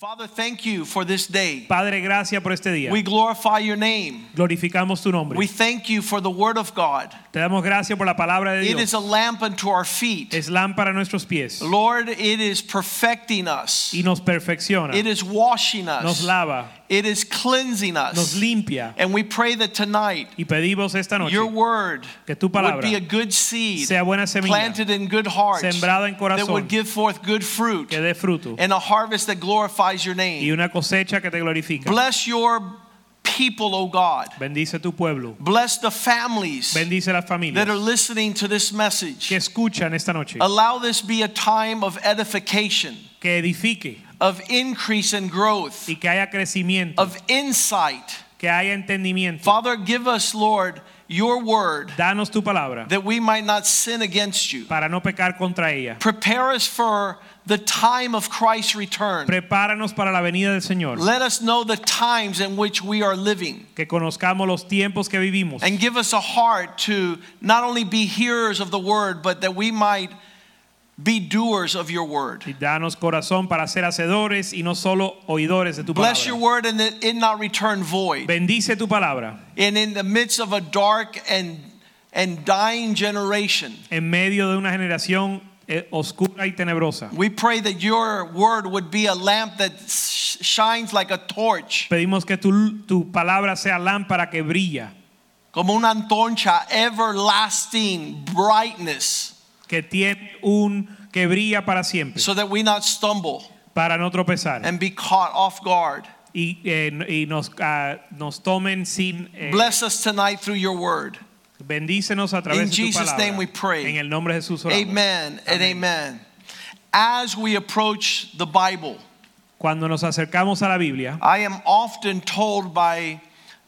Father, thank you for this day. Padre, gracias por este día. We glorify your name. Glorificamos tu nombre. We thank you for the word of God. Te damos gracias por la palabra de It is Dios. a lamp unto our feet. Es lámpara a nuestros pies Lord, it is perfecting us. y nos perfecciona. It is washing Nos us. lava, It is cleansing nos us. limpia. And we pray that tonight Y pedimos esta noche your word que tu would palabra be a good seed sea buena semilla, planted in good hearts sembrada en that would corazón, give forth good fruit que dé fruto and a harvest that glorifies your y name. una cosecha que te glorifica. Bless your people, O God. Bendice tu pueblo, Bless the families. bendice las familias that are listening to this que message. escuchan esta noche, Allow this be a time of edification, que edifique of increase and growth, y que haya crecimiento, of insight. que haya entendimiento. Father, give us, Lord, your word Danos tu palabra that we might not sin against you. para no pecar contra ella. Prepare us for the time of Christ's return. Prepáranos para la venida del Señor. Let us know the times in which we are living. que conozcamos los tiempos que vivimos And give us a heart to not only be hearers of the word, but that we might be doers of your word. y danos corazón para ser hacedores y no solo oidores de tu Bless your palabra. word and that it not return void. Bendice tu palabra And in the midst of a dark and and dying generation, en medio de una generación eh, oscura y tenebrosa. we pray that your word would be a lamp that sh- shines like a torch, Pedimos que tu, tu palabra sea lámpara que brilla, como una antorcha, everlasting brightness, que tiene un que brilla para siempre, so that we not stumble para no tropezar and be caught off guard. y, eh, n- y nos, ah, nos tomen sin eh, Bless us tonight through your word. bendícenos a través In de tu Jesus' palabra. name we pray. En el nombre de Jesús oramos. Amen and Amén. amen. As we approach the Bible, Cuando nos acercamos a la Biblia, I am often told by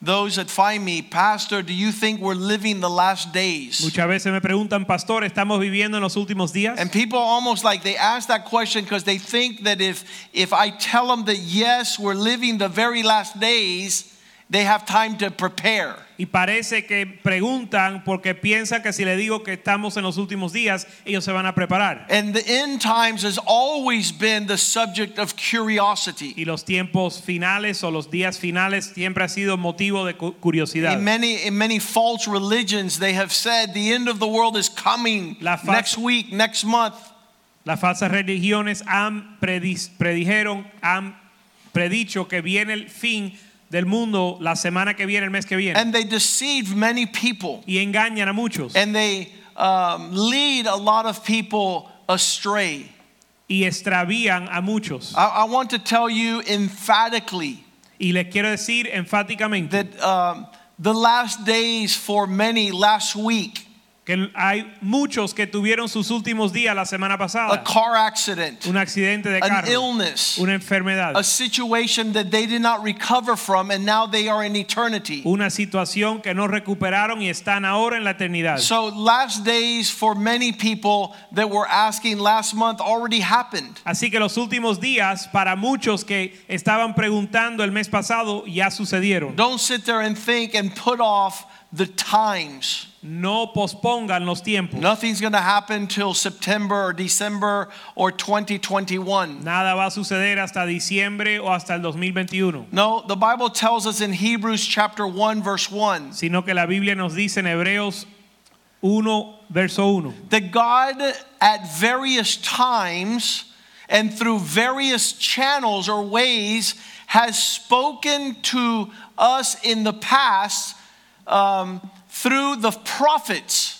those that find me, Pastor, do you think we're living the last days? Muchas veces me preguntan, pastor, ¿estamos viviendo en los últimos días? And people almost like they ask that question because they think that if if I tell them that yes, we're living the very last days, they have time to prepare. Y parece que preguntan porque piensan que si le digo que estamos en los últimos días, ellos se van a preparar. And the end times has always been the subject of curiosity. Y los tiempos finales o los días finales siempre ha sido motivo de cu- curiosidad. In many in many false religions, they have said the end of the world is coming La fa- next week, next month. Las falsas religiones han predis- predijeron, han predicho que viene el fin del mundo la semana que viene, el mes que viene. And they deceive many people. Y engañan a muchos. and they um, lead a lot of people astray. Y extravían a muchos. I, I want to tell you emphatically Y les quiero decir enfáticamente. that um, the last days for many last week, que hay muchos que tuvieron sus últimos días la semana a pasada car accident, un accidente Ah. de an carro illness, una enfermedad a situation that they did not recover from, and now they are in eternity. una situación que no recuperaron y están ahora en la eternidad So, last days for many people that were asking last month already happened. así que los últimos días para muchos que estaban preguntando el mes pasado ya sucedieron Don't sit there and think and put off the times. no pospongan los tiempos Nothing's going to happen till September or December or 2021. nada va a suceder hasta diciembre o hasta el 2021 No, the Bible tells us in Hebrews chapter 1 verse 1 sino que la Biblia nos dice en Hebreos 1 verso 1 that God at various times and through various channels or ways has spoken to us in the past um, through the prophets.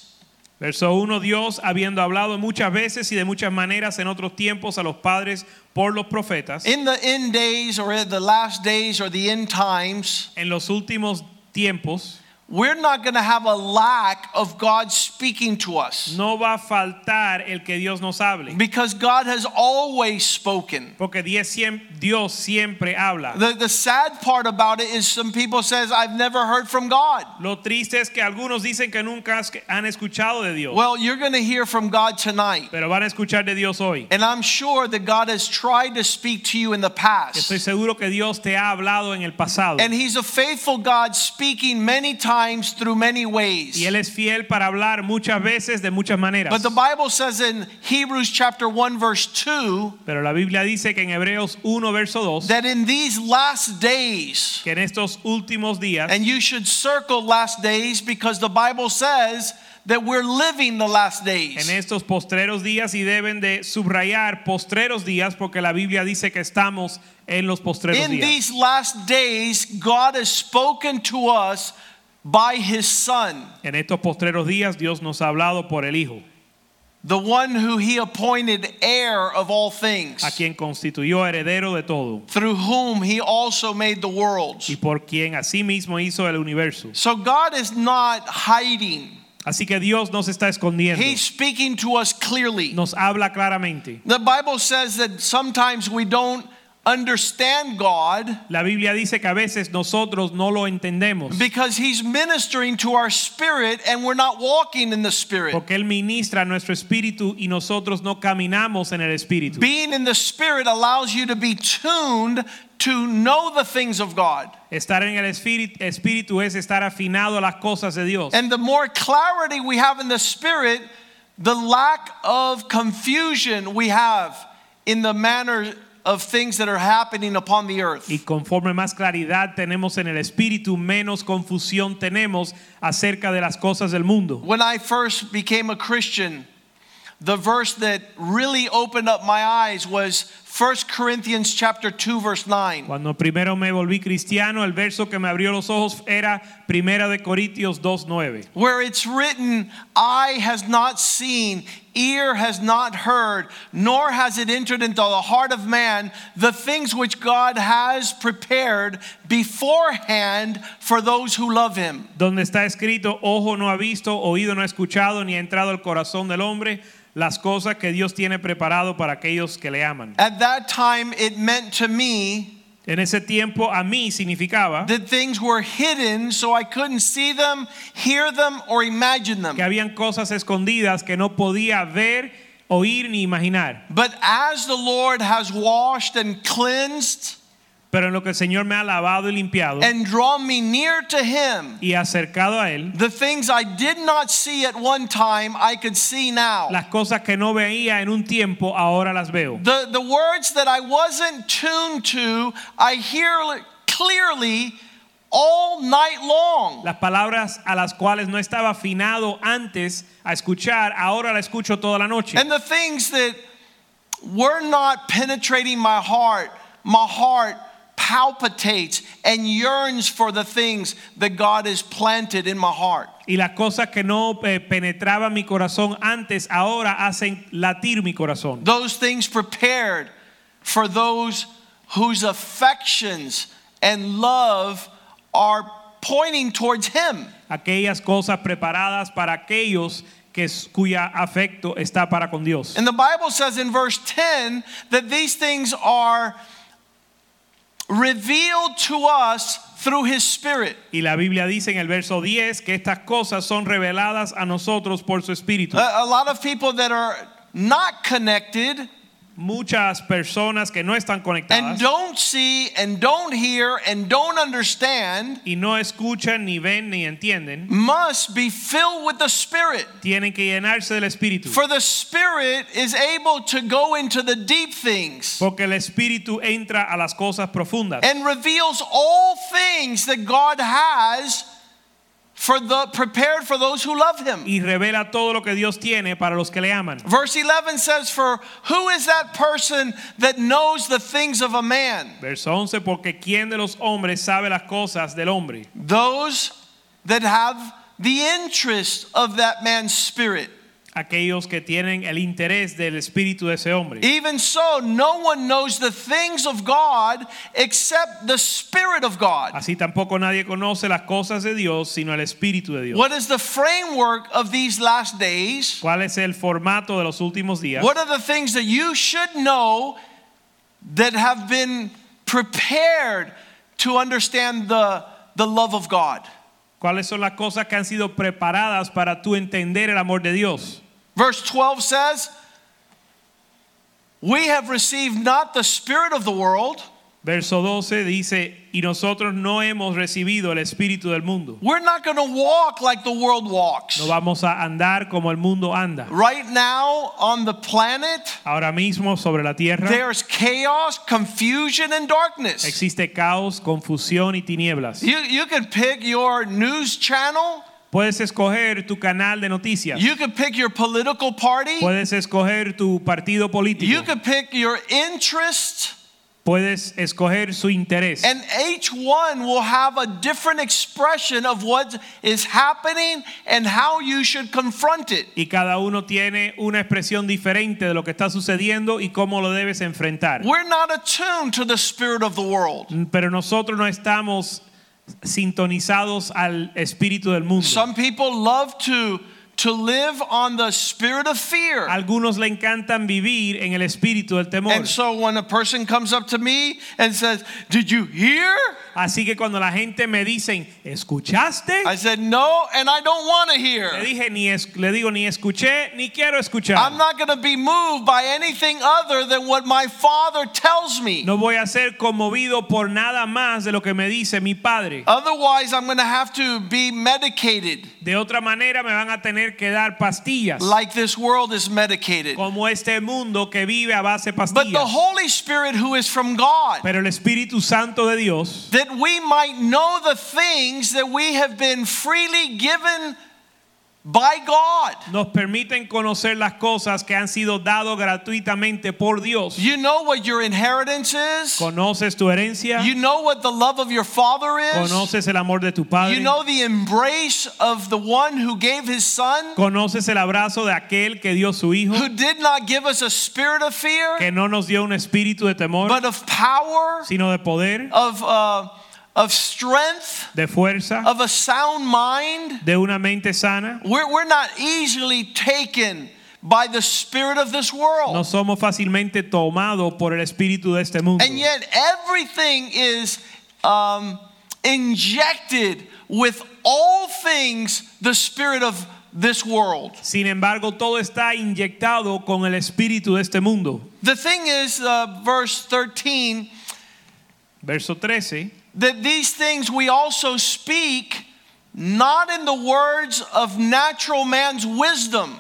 Verso 1, Dios, habiendo hablado muchas veces y de muchas maneras en otros tiempos a los padres por los profetas, In the end days or in the last days or the end times, en los últimos tiempos we're not going to have a lack of God speaking to us no va a faltar el que Dios nos hable. because God has always spoken. Porque Dios siem- Dios siempre habla. The, the sad part about it is some people says I've never heard from God. Lo triste es que algunos dicen que nunca has- han escuchado de Dios, Well, you're going to hear from God tonight. pero van a escuchar de Dios hoy. And I'm sure that God has tried to speak to you in the Estoy past. seguro que Dios te ha hablado en el pasado. And he's a faithful God speaking many times through many Y ways. Él es fiel para hablar muchas veces de muchas maneras. But the Bible says in Hebrews chapter 1 verse 2 Pero la Biblia dice que en Hebreos 1, verso 2, that in these last days que en estos últimos días, And you should circle last days because the Bible says that we're living the last en days. estos postreros días, y deben de subrayar postreros días, porque la Biblia dice que estamos en los postreros In días. these last days, God has spoken to us by His Son, En estos postreros días Dios nos ha hablado por el Hijo, the one who He appointed heir of all things, a quien constituyó heredero de todo through whom He also made the worlds. y por quien asimismo hizo el universo. So God is not hiding, Así que Dios nos está escondiendo, He's speaking to us clearly. nos habla claramente. The Bible says that sometimes we don't understand God. La Biblia dice que a veces nosotros no lo entendemos Because he's ministering to our spirit and we're not walking in the spirit. porque Él ministra nuestro espíritu y nosotros no caminamos en el espíritu. Being in the spirit allows you to be tuned to know the things of God. Estar en el espíritu, espíritu es estar afinado a las cosas de Dios. And the more clarity we have in the spirit, the lack of confusion we have in the manner of things that are happening upon the earth. Y conforme más claridad tenemos en el espíritu, menos confusión tenemos acerca de las cosas del mundo. When I first became a Christian, the verse that really opened up my eyes was 1 Corinthians chapter 2 verse 9. Cuando primero me volví cristiano, el verso que me abrió los ojos era Primera de Corintios 2:9, where it's written, Eye has not seen, ear has not heard, nor has it entered into the heart of man the things which God has prepared beforehand for those who love him. donde está escrito, ojo no ha visto, oído no ha escuchado, ni ha entrado al corazón del hombre las cosas que Dios tiene preparado para aquellos que le aman. At that time, it meant to me En ese tiempo a mí significaba that things were hidden so I couldn't see them, hear them, or imagine que them. habían cosas escondidas que no podía ver, oír ni imaginar. But as the Lord has washed and cleansed Pero en lo que el Señor me ha lavado y limpiado and drawn me near to him, y acercado a él, The things I did not see at one time, I could see now. las cosas que no veía en un tiempo ahora las veo. The, the words that I wasn't tuned to, I hear clearly all night long. Las palabras a las cuales no estaba afinado antes a escuchar, ahora la escucho toda la noche. And the things that were not penetrating my heart, my heart palpitates and yearns for the things that God has planted in my heart. Y las cosas que no eh, penetraban mi corazón antes, ahora hacen latir mi corazón. Those things prepared for those whose affections and love are pointing towards Him. Aquellas cosas preparadas para aquellos que, es- cuya afecto está para con Dios. And the Bible says in verse 10 that these things are revealed to us through His Spirit. Y la Biblia dice en el verso 10 que estas cosas son reveladas a nosotros por su Espíritu. A, a lot of people that are not connected Muchas personas que no están and conectadas don't see and don't hear and don't understand y no escuchan, ni ven, ni entienden, must be filled with the Spirit. tienen que llenarse del Espíritu. For the Spirit is able to go into the deep things Porque el espíritu entra a las cosas profundas and reveals all things that God has for the prepared for those who love him. y revela todo lo que Dios tiene para los que le aman. Verse 11 says for who is that person that knows the things of a man? Verso 11, porque ¿quién de los hombres sabe las cosas del hombre? Those that have the interest of that man's spirit. aquellos que tienen el interés del espíritu de ese hombre. Even so, no one knows the things of God except the Spirit of God. Así tampoco nadie conoce las cosas de Dios sino el espíritu de Dios. What is the framework of these last days? ¿Cuál es el formato de los últimos días? What are the things that you should know that have been prepared to understand the, the love of God? ¿Cuáles son las cosas que han sido preparadas para tú entender el amor de Dios? Verse 12 says, We have received not the spirit of the world. Verso 12 dice, y nosotros no hemos recibido el espíritu del mundo. We're not going to walk like the world walks. No vamos a andar como el mundo anda. Right now on the planet, Ahora mismo sobre la tierra there's chaos, confusion, and darkness. existe caos, confusión y tinieblas. You, you can pick your news channel, Puedes escoger tu canal de noticias. you can pick your political party, Puedes escoger tu partido you político. can pick your interest, Puedes escoger su interés. and each one will have a different expression of what is happening and how you should confront it. Y cada uno tiene una expresión diferente de lo que está sucediendo y cómo lo debes enfrentar. We're not attuned to the spirit of the world. Pero nosotros no estamos sintonizados al espíritu del mundo. Some people love to to live on the spirit of fear. Algunos le encantan vivir en el espíritu del temor. And so when a person comes up to me and says, "Did you hear?" Así que cuando la gente me dicen, ¿escuchaste? I said, "No, and I don't want to Le hear." dije ni es- le digo ni escuché ni quiero escuchar. I'm not going to be moved by anything other than what my father tells me. No voy a ser conmovido por nada más de lo que me dice mi padre. Otherwise, I'm going to have to be medicated De otra manera me van a tener que dar pastillas, like this world is medicated. como este mundo que vive a base de But the pastillas. Holy Spirit who is from God, Pero el Espíritu Santo de Dios, that we might know the things that we have been freely given by God. nos permiten conocer las cosas que han sido dado gratuitamente por Dios. You know what your inheritance is? Conoces tu herencia, You know what the love of your father is? conoces el amor de tu padre, You know the embrace of the one who gave his son, conoces el abrazo de aquel que dio su hijo, who did not give us a spirit of fear, que no nos dio un espíritu de temor, but of power, sino de poder, of, uh, of strength, de fuerza, of a sound mind. de una mente sana. We're, we're not easily taken by the spirit of this world. No somos fácilmente tomados por el espíritu de este mundo. And yet, everything is um, injected with all things the spirit of this world. Sin embargo, todo está inyectado con el espíritu de este mundo. The thing is, uh, verse 13, Verso 13. that these things we also speak not in the words of natural man's wisdom,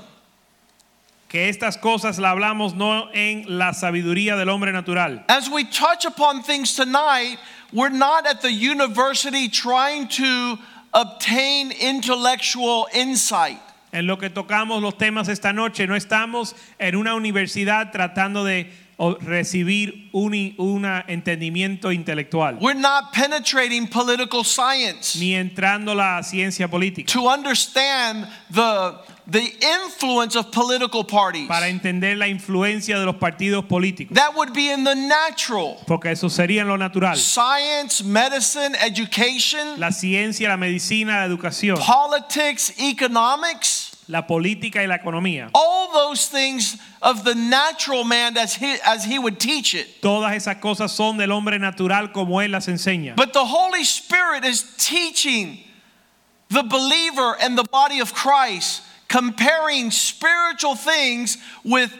Que estas cosas la hablamos no en la sabiduría del hombre natural. As we touch upon things tonight, we're not at the university trying to obtain intellectual insight. En lo que tocamos los temas esta noche, no estamos en una universidad tratando de o- recibir un una entendimiento intelectual, We're not penetrating political science ni entrando la ciencia política. to understand the, the influence of political parties. para entender la influencia de los partidos políticos, That would be in the natural. porque eso sería en lo natural. Science, medicine, education, La ciencia, la medicina, la educación, politics, economics, la política y la economía. all those things of the natural man as he, as he would teach it. Todas esas cosas son del hombre natural como él las enseña. But the Holy Spirit is teaching the believer and the body of Christ, comparing spiritual things with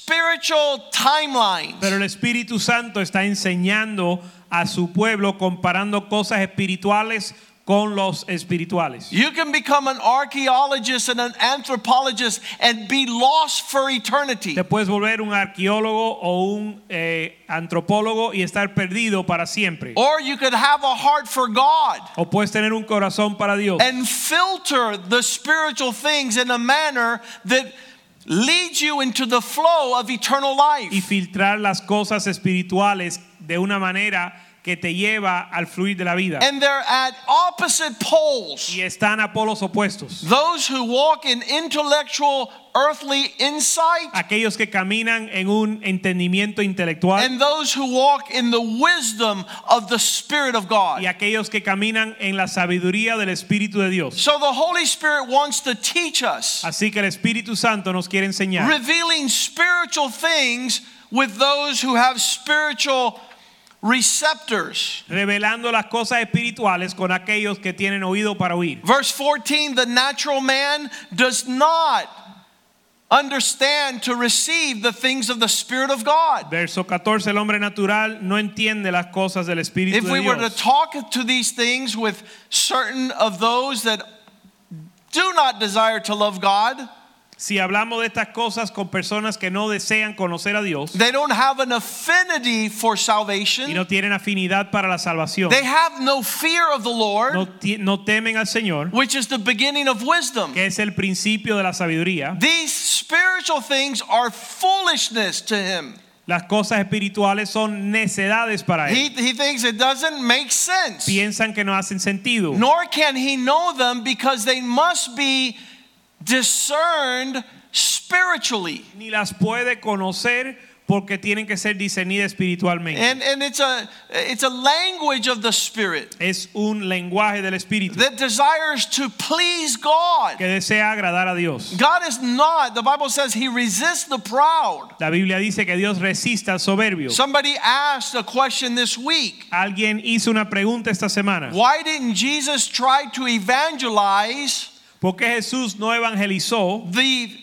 spiritual Pero timelines. el Espíritu Santo está enseñando a su pueblo comparando cosas espirituales con los espirituales. You can become an archaeologist and an anthropologist and be lost for eternity. Te puedes volver un arqueólogo o un eh, antropólogo y estar perdido para siempre. Or you could have a heart for God O puedes tener un corazón para Dios. and filter the spiritual things in a manner that leads you into the flow of eternal y life. filtrar las cosas espirituales de una manera que te lleva al fluir de la vida. and they're at opposite poles. y están a polos opuestos. Those who walk in intellectual, earthly insight, Aquellos que caminan en un entendimiento intelectual and those who walk in the wisdom of the Spirit of y God. aquellos que caminan en la sabiduría del Espíritu de Dios. So the Holy Spirit wants to teach us, Así que el Espíritu Santo nos quiere enseñar revealing spiritual things with those who have spiritual receptors. revelando las cosas espirituales con aquellos que tienen oído para oír. Verse 14 the natural man does not understand to receive the things of the Spirit of God. Verso 14, el hombre natural no entiende las cosas del Espíritu If de we were to Dios. talk to these things with certain of those that do not desire to love God, Si hablamos de estas cosas con personas que no desean conocer a Dios they don't have an affinity for y salvation, no tienen afinidad para la salvación, they have no fear of the Lord, no, ti- no temen al Señor, which is the beginning of wisdom. que es el principio de la sabiduría, These spiritual things are foolishness to him. las cosas espirituales son necedades para He, él. he thinks it doesn't make sense. Piensan que no hacen sentido. Nor can he know them because they must be discerned spiritually. Ni las puede conocer porque tienen que ser discernidas espiritualmente. And, and it's, a, it's a language of the Spirit Es un lenguaje del Espíritu that desires to please God. que desea agradar a Dios. God is not, the Bible says, He resists the proud. La Biblia dice que Dios resista al soberbio. Somebody asked a question this week Alguien hizo una pregunta esta semana. Why didn't Jesus try to evangelize ¿Por qué Jesús no evangelizó the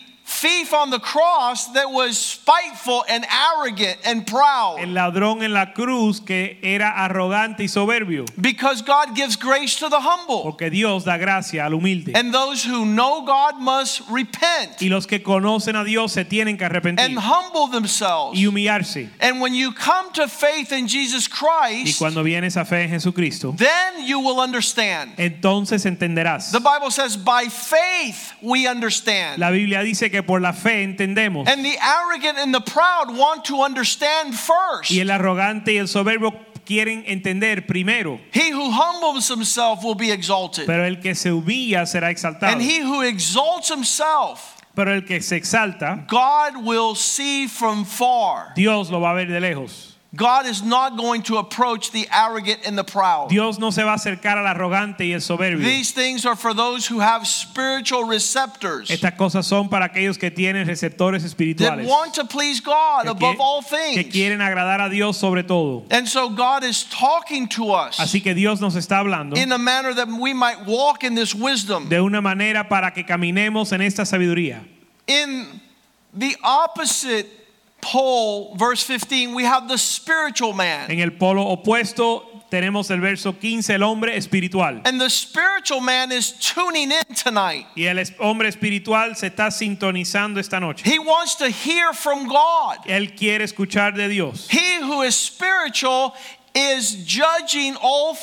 thief on the cross that was spiteful and arrogant and proud? el ladrón en la cruz que era arrogante y soberbio? Because God gives grace to the humble. Porque Dios da gracia al humilde. And those who know God must repent Y los que conocen a Dios se tienen que and arrepentir humble themselves. y humillarse. And when you come to faith in Jesus Y Christ, cuando viene esa fe en Jesucristo, then you will understand. entonces entenderás. The Bible says, by faith we understand. La Biblia dice que por la fe entendemos. And the arrogant and the proud want to understand first. Y el arrogante y el soberbio quieren entender primero. He who humbles himself will be exalted, Pero el que se humilla será exaltado. and he who exalts himself, Pero el que se exalta, God will see from far. Dios lo va a ver de lejos. God is not going to approach the arrogant and the proud. Dios no se va a acercar al arrogante y el soberbio. These things are for those who have spiritual receptors Estas cosas son para aquellos que tienen receptores that espirituales want to please God que, above all quie- que things. quieren agradar a Dios sobre todo. And so God is talking to us Así que Dios nos está hablando in a manner that we might walk in this wisdom de una manera para que caminemos en esta sabiduría. in the opposite pole verse 15 we have the spiritual man En el polo opuesto tenemos el verso 15, el hombre espiritual. and the spiritual man is tuning in tonight Y el es- hombre espiritual se está sintonizando esta noche. he wants to hear from god Él quiere escuchar de Dios. he who is spiritual is judging all El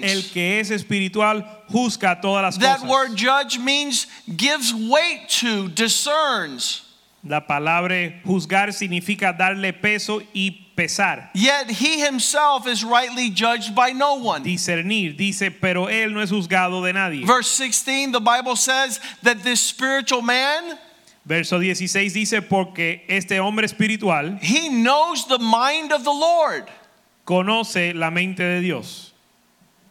things que es espiritual juzga todas las that word cosas. judge means gives weight to discerns La palabra juzgar significa darle peso y pesar. yet he himself is rightly judged by no one discernir. Dice, pero él no es juzgado de nadie. Verse 16, the Bible says that this spiritual man, Verso 16 dice, porque este hombre espiritual he knows the mind of the Lord. conoce la mente de Dios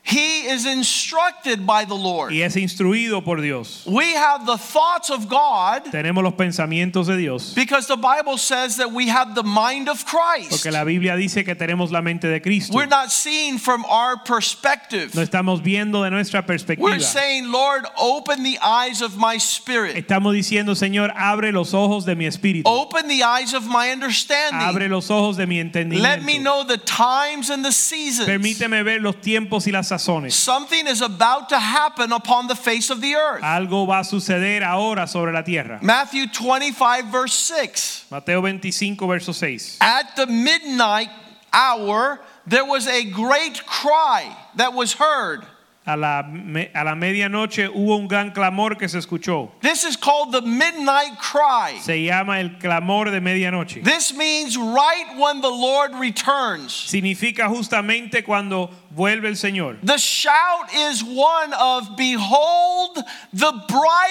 He is instructed by the Lord. y es instruido por Dios. We have the thoughts of God Tenemos los pensamientos de Dios. because the Bible says that we have the mind of Christ. Porque la Biblia dice que tenemos la mente de Cristo. We're not seeing from our perspective. No estamos viendo de nuestra perspectiva. We're saying, Lord, open the eyes of my spirit. Estamos diciendo, Señor, abre los ojos de mi espíritu. Open the eyes of my understanding. Abre los ojos de mi Let me entendimiento. know the times and the seasons. Permíteme ver los tiempos y las sazones. Something is about to happen upon the face of the earth. Algo va a suceder ahora sobre la tierra. Matthew 25, verse 6. Mateo 25, verso 6. At the midnight hour, there was a great cry that was heard, A la, me- a la medianoche hubo un gran clamor que se escuchó. This is called the midnight cry. Se llama el clamor de medianoche. This means right when the Lord returns. Significa justamente cuando vuelve el Señor. The shout is one of, Behold, the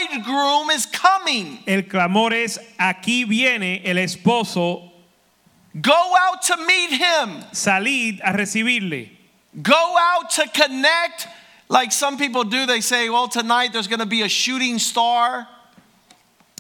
bridegroom is coming. El clamor es, aquí viene el esposo, Go out to meet him. salid a recibirle. Go out to connect. Like some people do, they say, Well, tonight there's going to be a shooting star,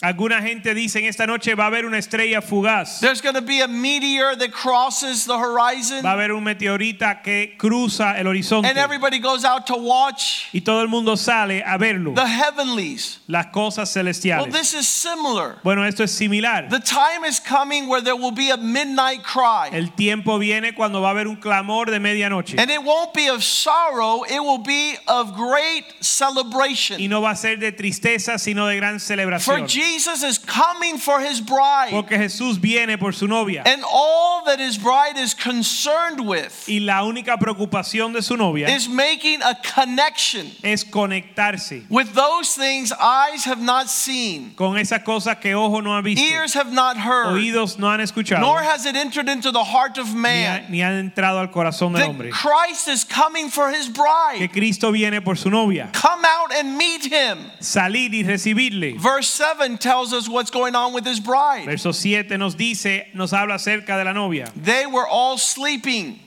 Alguna gente dice, esta noche va a haber una estrella fugaz. there's going to be a meteor that crosses the horizon, Va a haber un meteorita que cruza el horizonte. and everybody goes out to watch Y todo el mundo sale a verlo. the heavenlies. Las cosas Well, celestiales. this is similar. Bueno, esto es similar. The time is coming where there will be a midnight cry. El tiempo viene cuando va a haber un clamor de medianoche. And it won't be of sorrow, it will be of great Y celebration. no va a ser de tristeza, sino de gran For celebración. Jesus is coming for his bride, Porque Jesús viene por su novia. and all that his bride is concerned with Y la única preocupación de su novia is making a connection es conectarse with those things eyes have not seen, con esas cosas que ojo no ha visto, ears have not heard, oídos no han escuchado, nor has it entered into the heart of ni, ha- man. ni han entrado al corazón del That hombre. Christ is coming for his Que bride. Cristo viene por su novia. Come out and meet him. Salir y recibirle. Verse 7 tells us what's going on with his bride. Verso 7 nos dice, nos habla acerca de la novia. They were all sleeping.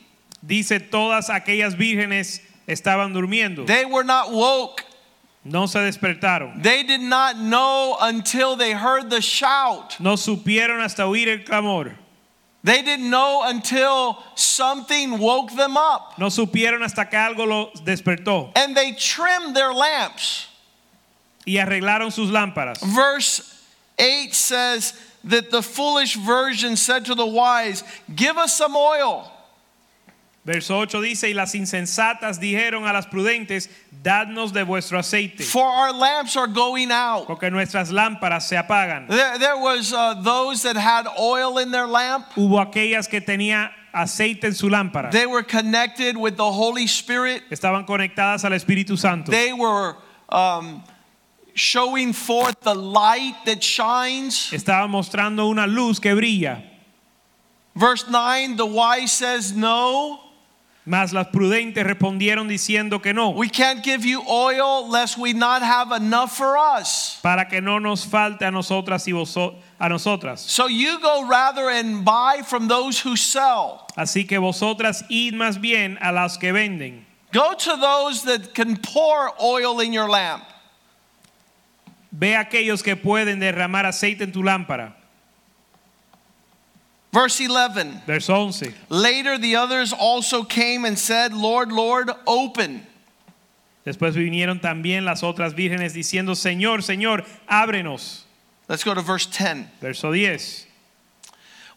Dice, todas aquellas vírgenes estaban durmiendo, They were not woke. no se despertaron. They did not know until they heard the shout. No supieron hasta oír el clamor. They didn't know until something woke them up. No supieron hasta que algo los despertó. And they trimmed their lamps. Y arreglaron sus lámparas. Verse 8 says that the foolish virgin said to the wise, Give us some oil. Verso 8 dice, y las insensatas dijeron a las prudentes, dadnos de vuestro aceite, For our lamps are going out. porque nuestras lámparas se apagan. There, there was uh, those that had oil in their lamp. Hubo aquellas que tenía aceite en su lámpara, They were connected with the Holy Spirit. estaban conectadas al Espíritu Santo, They were um, showing forth the light that shines. estaban mostrando una luz que brilla, Verse 9 the wise says, No, mas las prudentes respondieron diciendo que no, we can't give you oil lest we not have enough for us. para que no nos falte a nosotras y vosotras a nosotras. So you go rather and buy from those who sell. Así que vosotras id más bien a las que venden, Go to those that can pour oil in your lamp. ve a aquellos que pueden derramar aceite en tu lámpara. Verse 11 Verso 11. Later the others also came and said, Lord, Lord, open. Después vinieron también las otras vírgenes diciendo, Señor, Señor, ábrenos. Let's go to verse 10. Verso 10.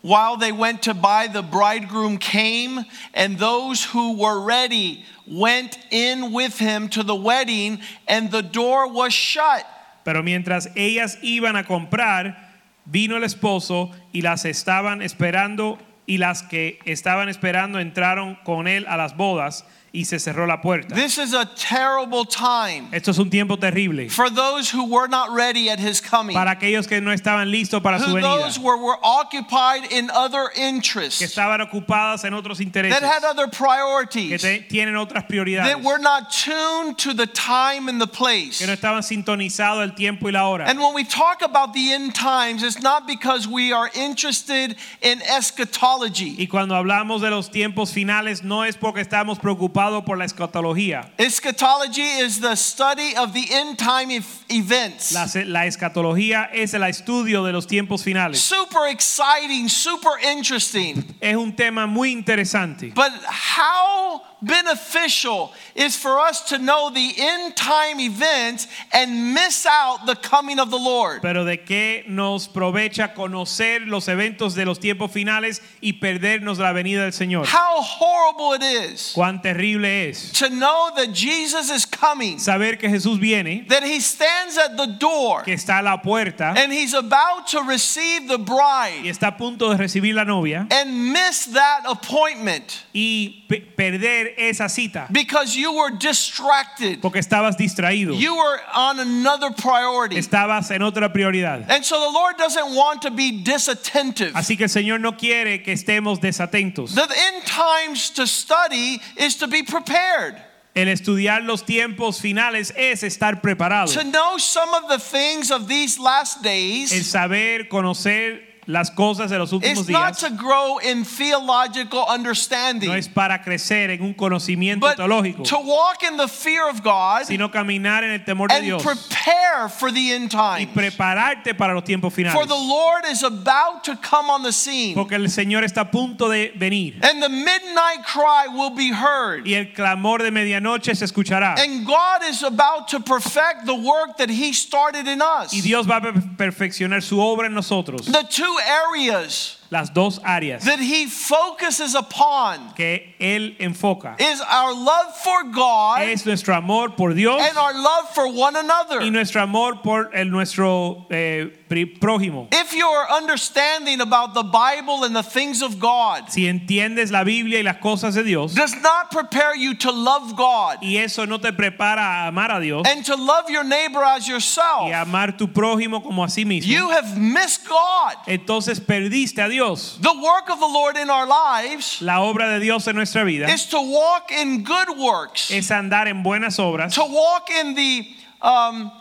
While they went to buy, the bridegroom came, and those who were ready went in with him to the wedding, and the door was shut. Pero mientras ellas iban a comprar, vino el esposo y las estaban esperando y las que estaban esperando entraron con él a las bodas y se cerró la puerta. This is a terrible time Esto es un tiempo terrible for those who were not ready at his coming, para aquellos que no estaban listos para su who venida, those were, were occupied in other que interests, estaban ocupadas en otros intereses, that had other que priorities, te- tienen otras prioridades, that were not tuned to the time and the place. que no estaban sintonizados el tiempo y la hora. And when we talk about the end times, it's not because we are interested in eschatology. Y cuando hablamos de los tiempos finales no es porque estamos preocupados por la escatología. Eschatology is the study of the end time ev- events. La, la escatología es el estudio de los tiempos finales. Super exciting, super interesting. Es un tema muy interesante. But how beneficial is for us to know the end time events and miss out the coming of the Lord? Pero de qué nos provecha conocer los eventos de los tiempos finales y perdernos la venida del Señor. How horrible it is Cuán terrible es to know that Jesus is coming, saber que Jesús viene, that he stands at the door que está a la puerta and he's about to receive the y bride está a punto de recibir la novia and miss that appointment. y pe- perder perder esa cita because you were distracted. porque estabas distraído, You were on another priority. estabas en otra prioridad. And so the Lord doesn't want to be disattentive. Así que el Señor no quiere que estemos desatentos. The end times to study is to be prepared, El estudiar los tiempos finales es estar preparado. to know some of the things of these last El days. saber, conocer las cosas de los últimos It's not días to grow in theological understanding, no es para crecer en un conocimiento but teológico, to walk in the fear of God sino caminar en el temor de and Dios prepare for the end y times. prepararte para los tiempos finales. For the Lord is about to come on the scene, Porque el Señor está a punto de venir and the midnight cry will be heard. y el clamor de medianoche se escuchará. And God is about to perfect the work that He started in us. Y Dios va a per- perfeccionar su obra en nosotros. The two areas Las dos áreas that He focuses upon que Él enfoca is our love for God es nuestro amor por Dios and our love for one y another. nuestro amor por el nuestro eh, pri- prójimo. If your understanding about the Bible and the things of God Si entiendes la Biblia y las cosas de Dios does not prepare you to love God y eso no te prepara a amar a Dios and to love your neighbor as y a yourself, amar tu prójimo como a sí you mismo, have missed God. entonces perdiste a Dios. The work of the Lord in our lives La obra de Dios en nuestra vida is to walk in good works. es andar en buenas obras to walk in the um,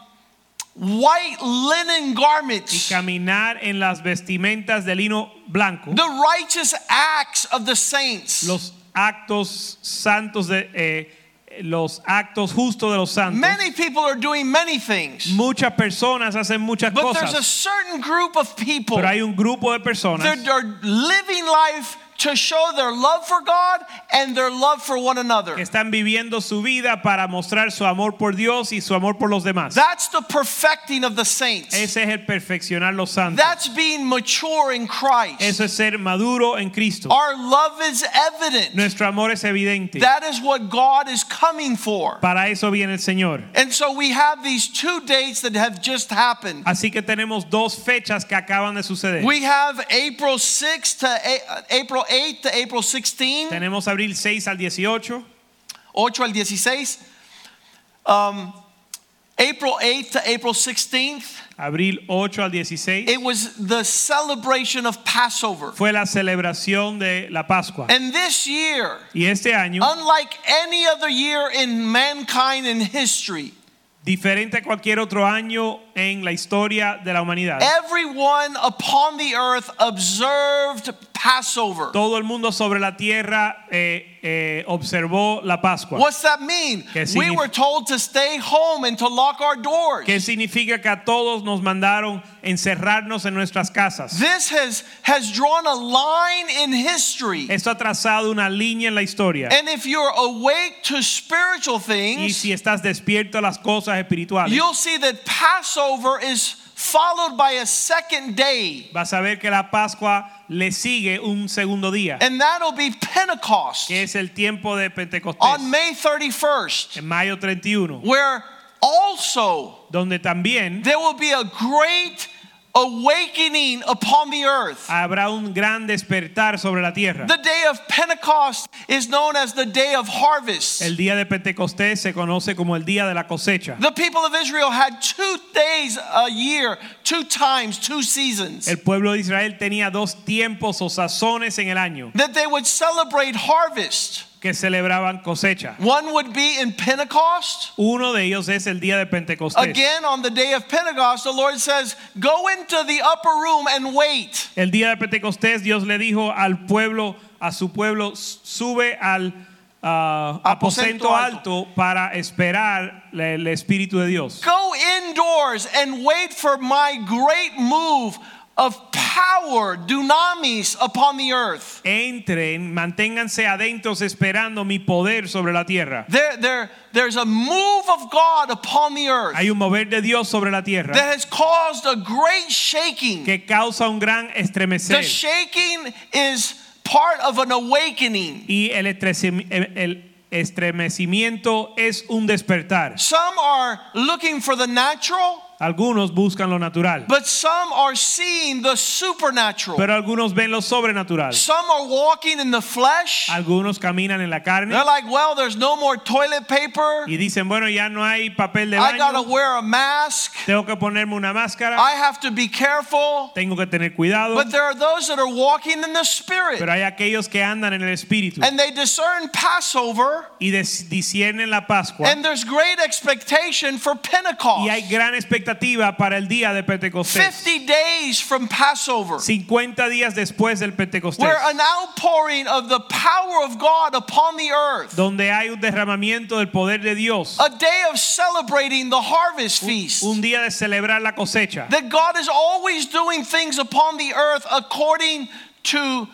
white linen y garments, caminar en las vestimentas de lino blanco, the righteous acts of the saints. los actos santos de eh, los actos justos de los santos. Many people are doing many things, Muchas personas hacen muchas but there's a cosas, certain group of people pero hay that un grupo de personas are living life to show their love for God and their love for one another. que están viviendo su vida para mostrar su amor por Dios y su amor por los demás. That's the perfecting of the saints. Ese es el perfeccionar los santos. That's being mature in Christ. Eso es ser maduro en Cristo. Our love is evident. Nuestro amor es evidente. That is what God is coming for. Para eso viene el Señor. And so we have these two dates that have just happened. Así que tenemos dos fechas que acaban de suceder. We have April 6th to A- uh, April 8th to April 16, Tenemos abril 6 al 18, 8 al 16. Um, April 8th to April 16th, abril 8 al 16. it was the celebration of Passover. Fue la celebración de la Pascua. And this year, Y este año, unlike any other year in mankind in history, diferente a cualquier otro año en la historia de la humanidad, everyone upon the earth observed Passover. todo el mundo sobre la tierra eh, eh, observó la Pascua. What's that mean? ¿Qué We signif- were told to stay home and to lock our doors. Que significa que a todos nos mandaron encerrarnos en nuestras casas. This has has drawn a line in history. Esto ha trazado una línea en la historia. And if you're awake to spiritual Y things, si estás despierto a las cosas espirituales, you'll see that Passover is followed by a second day, vas a ver que la Pascua le sigue un segundo día, and that'll be Pentecost que es el tiempo de Pentecostés, on May 31st, en mayo 31, where also donde también there will be a great awakening upon the earth. habrá un gran despertar sobre la tierra. The day of Pentecost is known as the day of harvest. El día de Pentecostés se conoce como el día de la cosecha. The people of Israel had two days a year, two times, two seasons, El pueblo de Israel tenía dos tiempos o sazones en el año that they would celebrate harvest. que celebraban cosecha. One would be in Pentecost. Uno de ellos es el día de Pentecostés. Again, on the day of Pentecost, the Lord says, Go into the upper room and wait. El día de Pentecostés Dios le dijo al pueblo, a su pueblo, sube al ah, Aposento aposento alto. alto para esperar la- el Espíritu de Dios. Go indoors and wait for my great move of power, dunamis, upon the earth. Entren, manténganse adentro esperando mi poder sobre la tierra. There, there, there's a move of God upon the earth Hay un mover de Dios sobre la tierra that has caused a great shaking. que causa un gran The estremecer. shaking is part of an awakening. Y el, estresi- el- el estremecimiento es un despertar. Some are looking for the natural, Algunos buscan lo natural, but some are seeing the supernatural. pero algunos ven lo sobrenatural. Some are walking in the flesh. Algunos caminan en la carne They're like, well, there's no more toilet paper. y dicen, bueno, ya no hay papel de I baño, gotta wear a mask. tengo que ponerme una máscara, I have to be careful. tengo que tener cuidado. But there are those that are walking in the Pero Spirit hay aquellos que andan en el Espíritu and they discern Passover, y des- disciernen la Pascua. and there's great expectation for Y hay Pentecost. gran expectativa para el día de Pentecostés. 50 days from Passover, 50 días después del Pentecostés, where an outpouring of the power of God upon the earth, donde hay un derramamiento del poder de Dios, a day of celebrating the harvest feast. un día de celebrar la cosecha. That God is always doing things upon the earth according to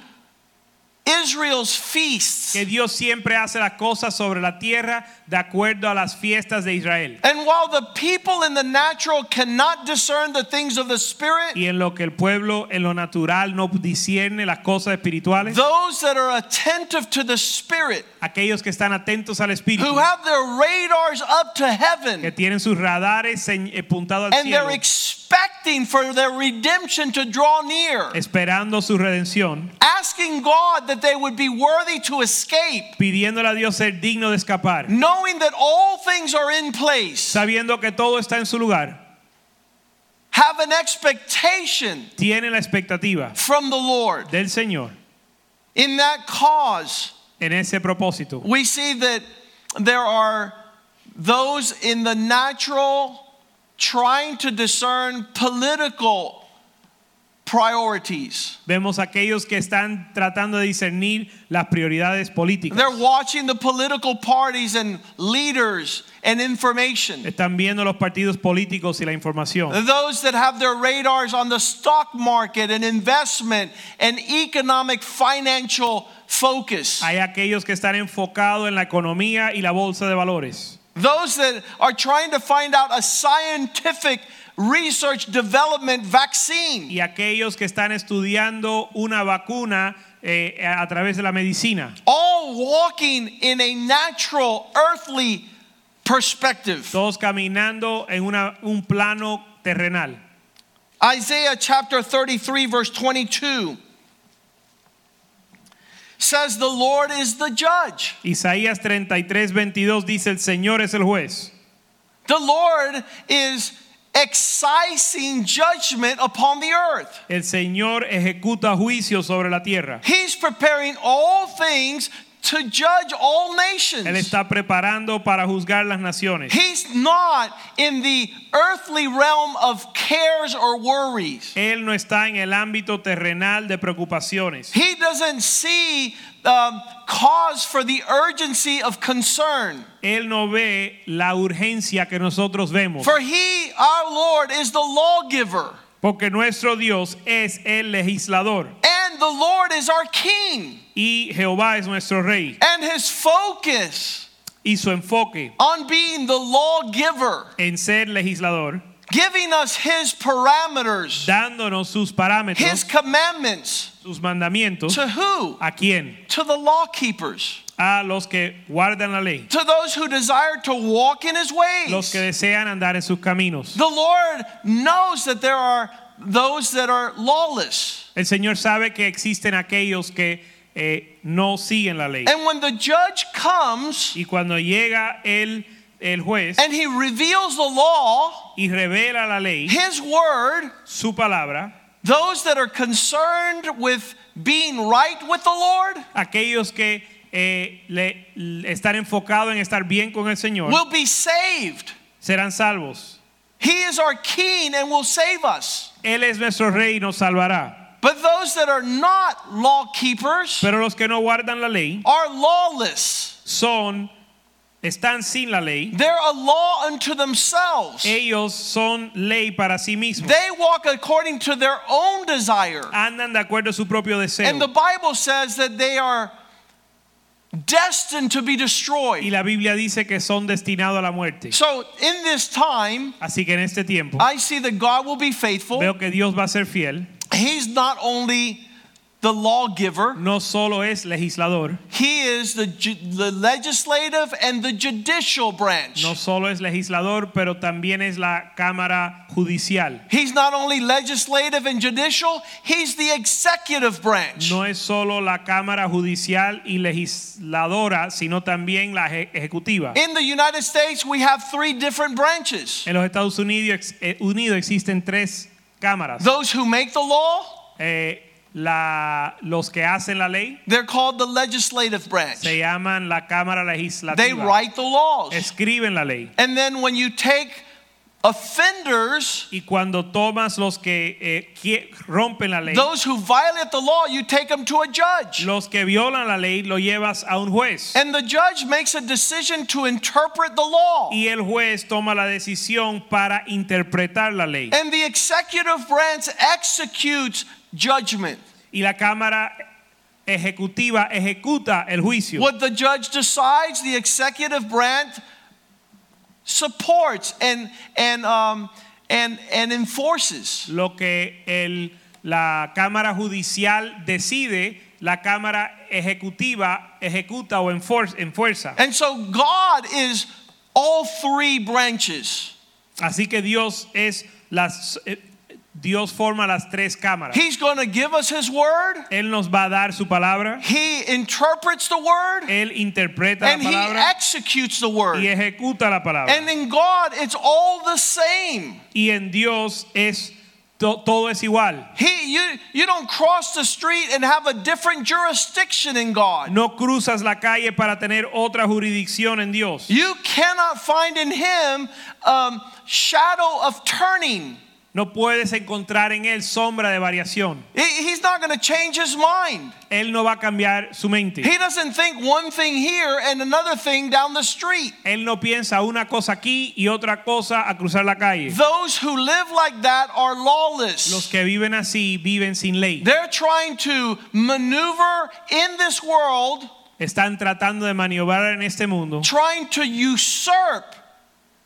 Israel's feasts. Que Dios siempre hace las cosas sobre la tierra de acuerdo a las fiestas de Israel. And while the people in the natural cannot discern the things of the Spirit, Y en lo que el pueblo en lo natural no discierne las cosas espirituales, Those that are attentive to the Spirit, aquellos que están atentos al Espíritu, who have their radars up to que heaven, tienen sus radares señ- eh, puntados al and cielo, they're expecting for their redemption to draw near, esperando su redención, asking God that they would be worthy to escape, pidiéndole a Dios ser digno de escapar, knowing that all things are in place, sabiendo que todo está en su lugar, have an expectation tienen la expectativa from the Lord. del Señor In that cause, en ese propósito. we see that there are those in the natural trying to discern political priorities. Vemos aquellos que están tratando de discernir las prioridades políticas. They're watching the political parties and leaders and information. Están viendo los partidos políticos y la información. Those that have their radars on the stock market and investment and economic financial focus. Hay aquellos que están enfocados en la economía y la bolsa de valores. Those that are trying to find out a scientific research development vaccine. Y aquellos que están estudiando una vacuna eh, a través de la medicina. all walking in a natural earthly perspective. Todos caminando en una- un plano terrenal. Isaiah chapter 33 verse 22 says the Lord is the judge. Isaías 33, 22 dice, el Señor es el juez. The Lord is excising judgment upon the earth. El Señor ejecuta juicio sobre la tierra. He's preparing all things to judge all Él nations. está preparando para juzgar las naciones. He's not in the earthly realm of cares or worries. Él no está en el ámbito terrenal de preocupaciones. He doesn't see um, cause for the urgency of concern. Él no ve la urgencia que nosotros vemos. For he, our Lord, is the lawgiver, Porque nuestro Dios es el legislador and the Lord is our king. y Jehová es nuestro rey. And his focus Y su enfoque on being the lawgiver, en ser legislador, giving us his parameters, dándonos sus his parámetros, commandments, sus mandamientos, to who? ¿a quién? To the lawkeepers, A los que guardan la ley, to those who desire to walk in his los ways. que desean andar en sus caminos. The Lord knows that there are those that are lawless. El Señor sabe que existen aquellos que eh, no siguen la ley. And when the judge comes Y cuando llega el, el juez and he reveals the law, y revela la ley, his word, su palabra, those that are concerned with being right with the Lord aquellos que eh, le- le- están enfocados en estar bien con el Señor will be saved. serán salvos. He is our king and will save us. Él es nuestro rey y nos salvará. But those that are not law keepers Pero los que no guardan la ley are lawless. son, están sin la ley. They're a law unto themselves. Ellos son ley para sí mismos. They walk according to their own desire. Andan de acuerdo a su propio deseo. And the Bible says that they are destined to be destroyed. Y la Biblia dice que son destinados a la muerte. So in this time, Así que en este tiempo I see that God will be faithful. veo que Dios va a ser fiel. He's not only the lawgiver, no solo es legislador, he is the, ju- the legislative and the judicial branch. no solo es legislador, pero también es la Cámara Judicial. He's not only legislative and judicial, he's the executive branch. No es solo la Cámara Judicial y legisladora, sino también la eje- ejecutiva. In the United States, we have three different branches En los Estados Unidos, ex- eh, Unidos existen tres cámaras. those who make the law, Eh, la- los que hacen la ley they're called the legislative branch. se llaman la Cámara They Legislativa. write the laws. Escriben la ley. And then when you take offenders, Y cuando tomas los que eh, qui- rompen la ley, those who violate the law, you take them to a judge. los que violan la ley, lo llevas a un juez. And the judge makes a decision to interpret the law. Y el juez toma la decisión para interpretar la ley. And the executive branch executes judgment. Y la Cámara Ejecutiva ejecuta el juicio. What the judge decides, the executive branch supports and and um, and and enforces. Lo que el- la Cámara Judicial decide, la Cámara Ejecutiva ejecuta o enfor- enfuerza. And so God is all three branches. Así que Dios es las eh, Dios forma las tres cámaras. He's going to give us His word. Él nos va a dar su palabra, He interprets the word él interpreta and la He palabra executes the y word. ejecuta la palabra. And in God, it's all the same. y en Dios es to- todo es igual. He you you don't cross the street and have a different jurisdiction in God. No cruzas la calle para tener otra jurisdicción en Dios. You cannot find in him um, shadow of turning. No puedes encontrar en él sombra de variación. He- He's not going to change his mind. Él no va a cambiar su mente. He doesn't think one thing here and another thing down the street. Él no piensa una cosa aquí y otra cosa a cruzar la calle. Those who live like that are Los lawless. que viven así viven sin ley. They're trying to maneuver in this world, Están tratando de maniobrar en este mundo trying to usurp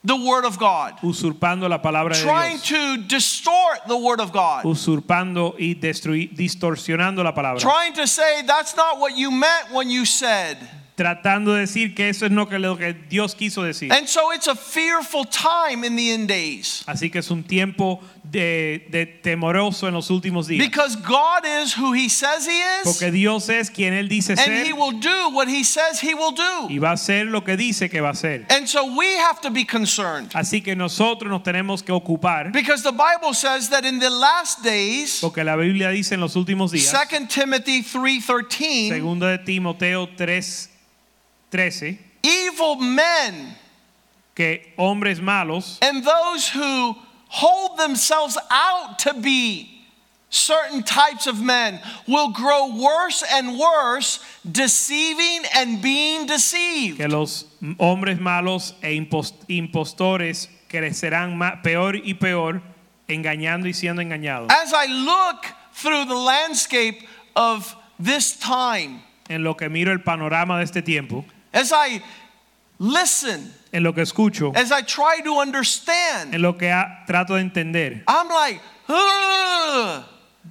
the word of God, usurpando la palabra de trying Dios, to distort the word of God, usurpando y destrui- distorsionando la palabra, trying to say that's not what you meant when you said. tratando de decir que eso es lo que, lo que Dios quiso decir. And so it's a fearful time in the end days Así que es un tiempo de, de temoroso en los últimos días, because God is who He says He is, porque Dios es quien él dice and ser He will do what He says He will y do. va a hacer lo que dice que va a hacer. And so we have to be concerned Así que nosotros nos tenemos que ocupar, because the Bible says that in the last days, porque la Biblia dice en los últimos días, 2 Timothy 3:13, segundo de Timoteo 3, 13, evil men que hombres malos and those who hold themselves out to be certain types of men will grow worse and worse, deceiving and being deceived. que los hombres malos e impos- impostores crecerán ma- peor y peor, engañando y siendo engañados. As I look through the landscape of this time, En lo que miro el panorama de este tiempo, as I listen, en lo que escucho, as I try to understand, en lo que ha- trato de entender, I'm like, "Ugh,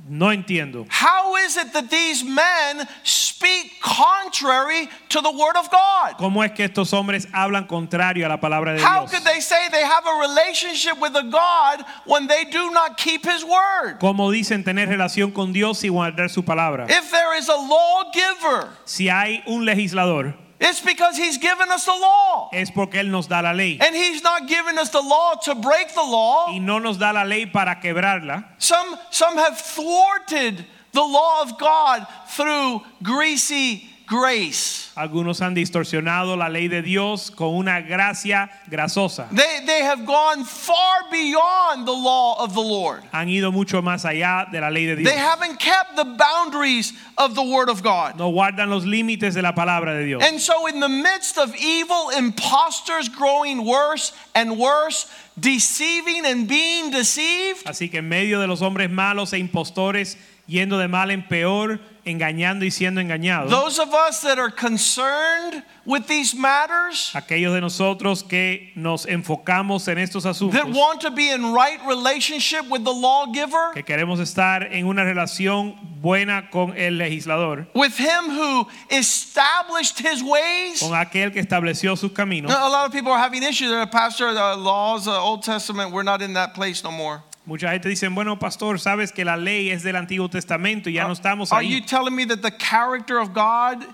no entiendo. how is it that these men speak contrary to the Word of God? ¿Cómo es que estos hombres hablan contrario a la palabra de How Dios? could they say they have a relationship with a God when they do not keep His Word? ¿Cómo dicen tener relación con Dios y guardar su palabra? If there is a lawgiver, Si hay un legislador, it's because He's given us the law. es porque Él nos da la ley. And He's not giving us the law to break the law. Y no nos da la ley para quebrarla. Some, some have thwarted the law of God through greasy grace. Algunos han distorsionado la ley de Dios con una gracia grasosa. They, they have gone far beyond the law of the Lord. Han ido mucho más allá de la ley de Dios. They haven't kept the boundaries of the Word of God. No guardan los límites de la palabra de Dios. And so, in the midst of evil imposters growing worse and worse, deceiving and being deceived, Así que en medio de los hombres malos e impostores yendo de mal en peor, engañando y siendo engañados. Those of us that are concerned with these matters, Aquellos de nosotros que nos enfocamos en estos asuntos, that want to be in right relationship with the lawgiver, que queremos estar en una relación buena con el legislador, with him who established his ways. con aquel que estableció sus caminos. Now, A lot of people are having issues. They're, Pastor, the laws, the Old Testament, we're not in that place no more. Mucha gente dice, bueno, pastor, sabes que la ley es del Antiguo Testamento y ya no estamos Are you ahí. telling me that the character of God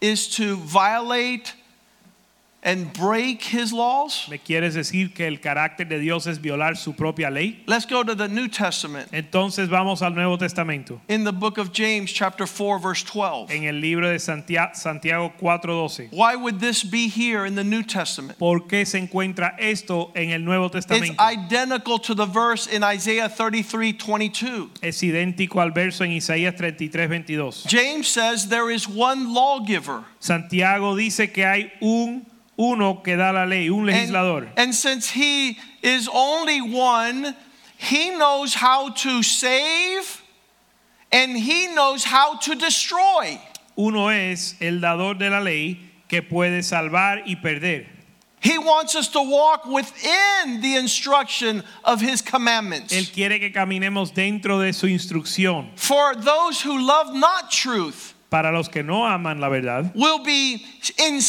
is to violate and break his laws? ¿Me quieres decir que el carácter de Dios es violar su propia ley? Let's go to the New Testament Entonces vamos al Nuevo Testamento, in the book of James, chapter 4, verse 12. en el libro de Santia- Santiago 4:12. Why would this be here in the New Testament? ¿Por qué se encuentra esto en el Nuevo It's Testamento? identical to the verse in Isaiah 33, 22. Es idéntico al verso en Isaías 33:22. James says there is one lawgiver. Santiago dice que hay un uno que da la ley, And- un legislador. and since he is only one, he knows how to save and he knows how to destroy. Uno es el dador de la ley que puede salvar y perder. He wants us to walk within the instruction of his commandments. Él quiere que caminemos dentro de su instrucción. For those who love not truth Para los que no aman la verdad, will be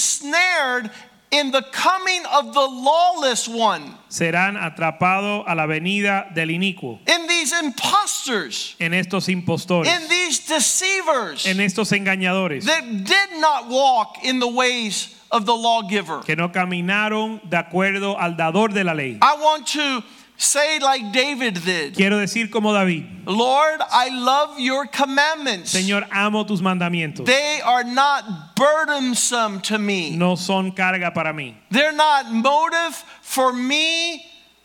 ensnared in the coming of the lawless one, serán atrapados a la venida del inicuo, in these impostors, en estos impostores, in these deceivers. en estos engañadores that did not walk in the ways of the lawgiver. que no caminaron de acuerdo al dador de la ley. I want to say, like David did, Quiero decir como David, Lord, I love your commandments. Señor, amo tus mandamientos. They are not burdensome to me, No son carga para mí, they're not motive for me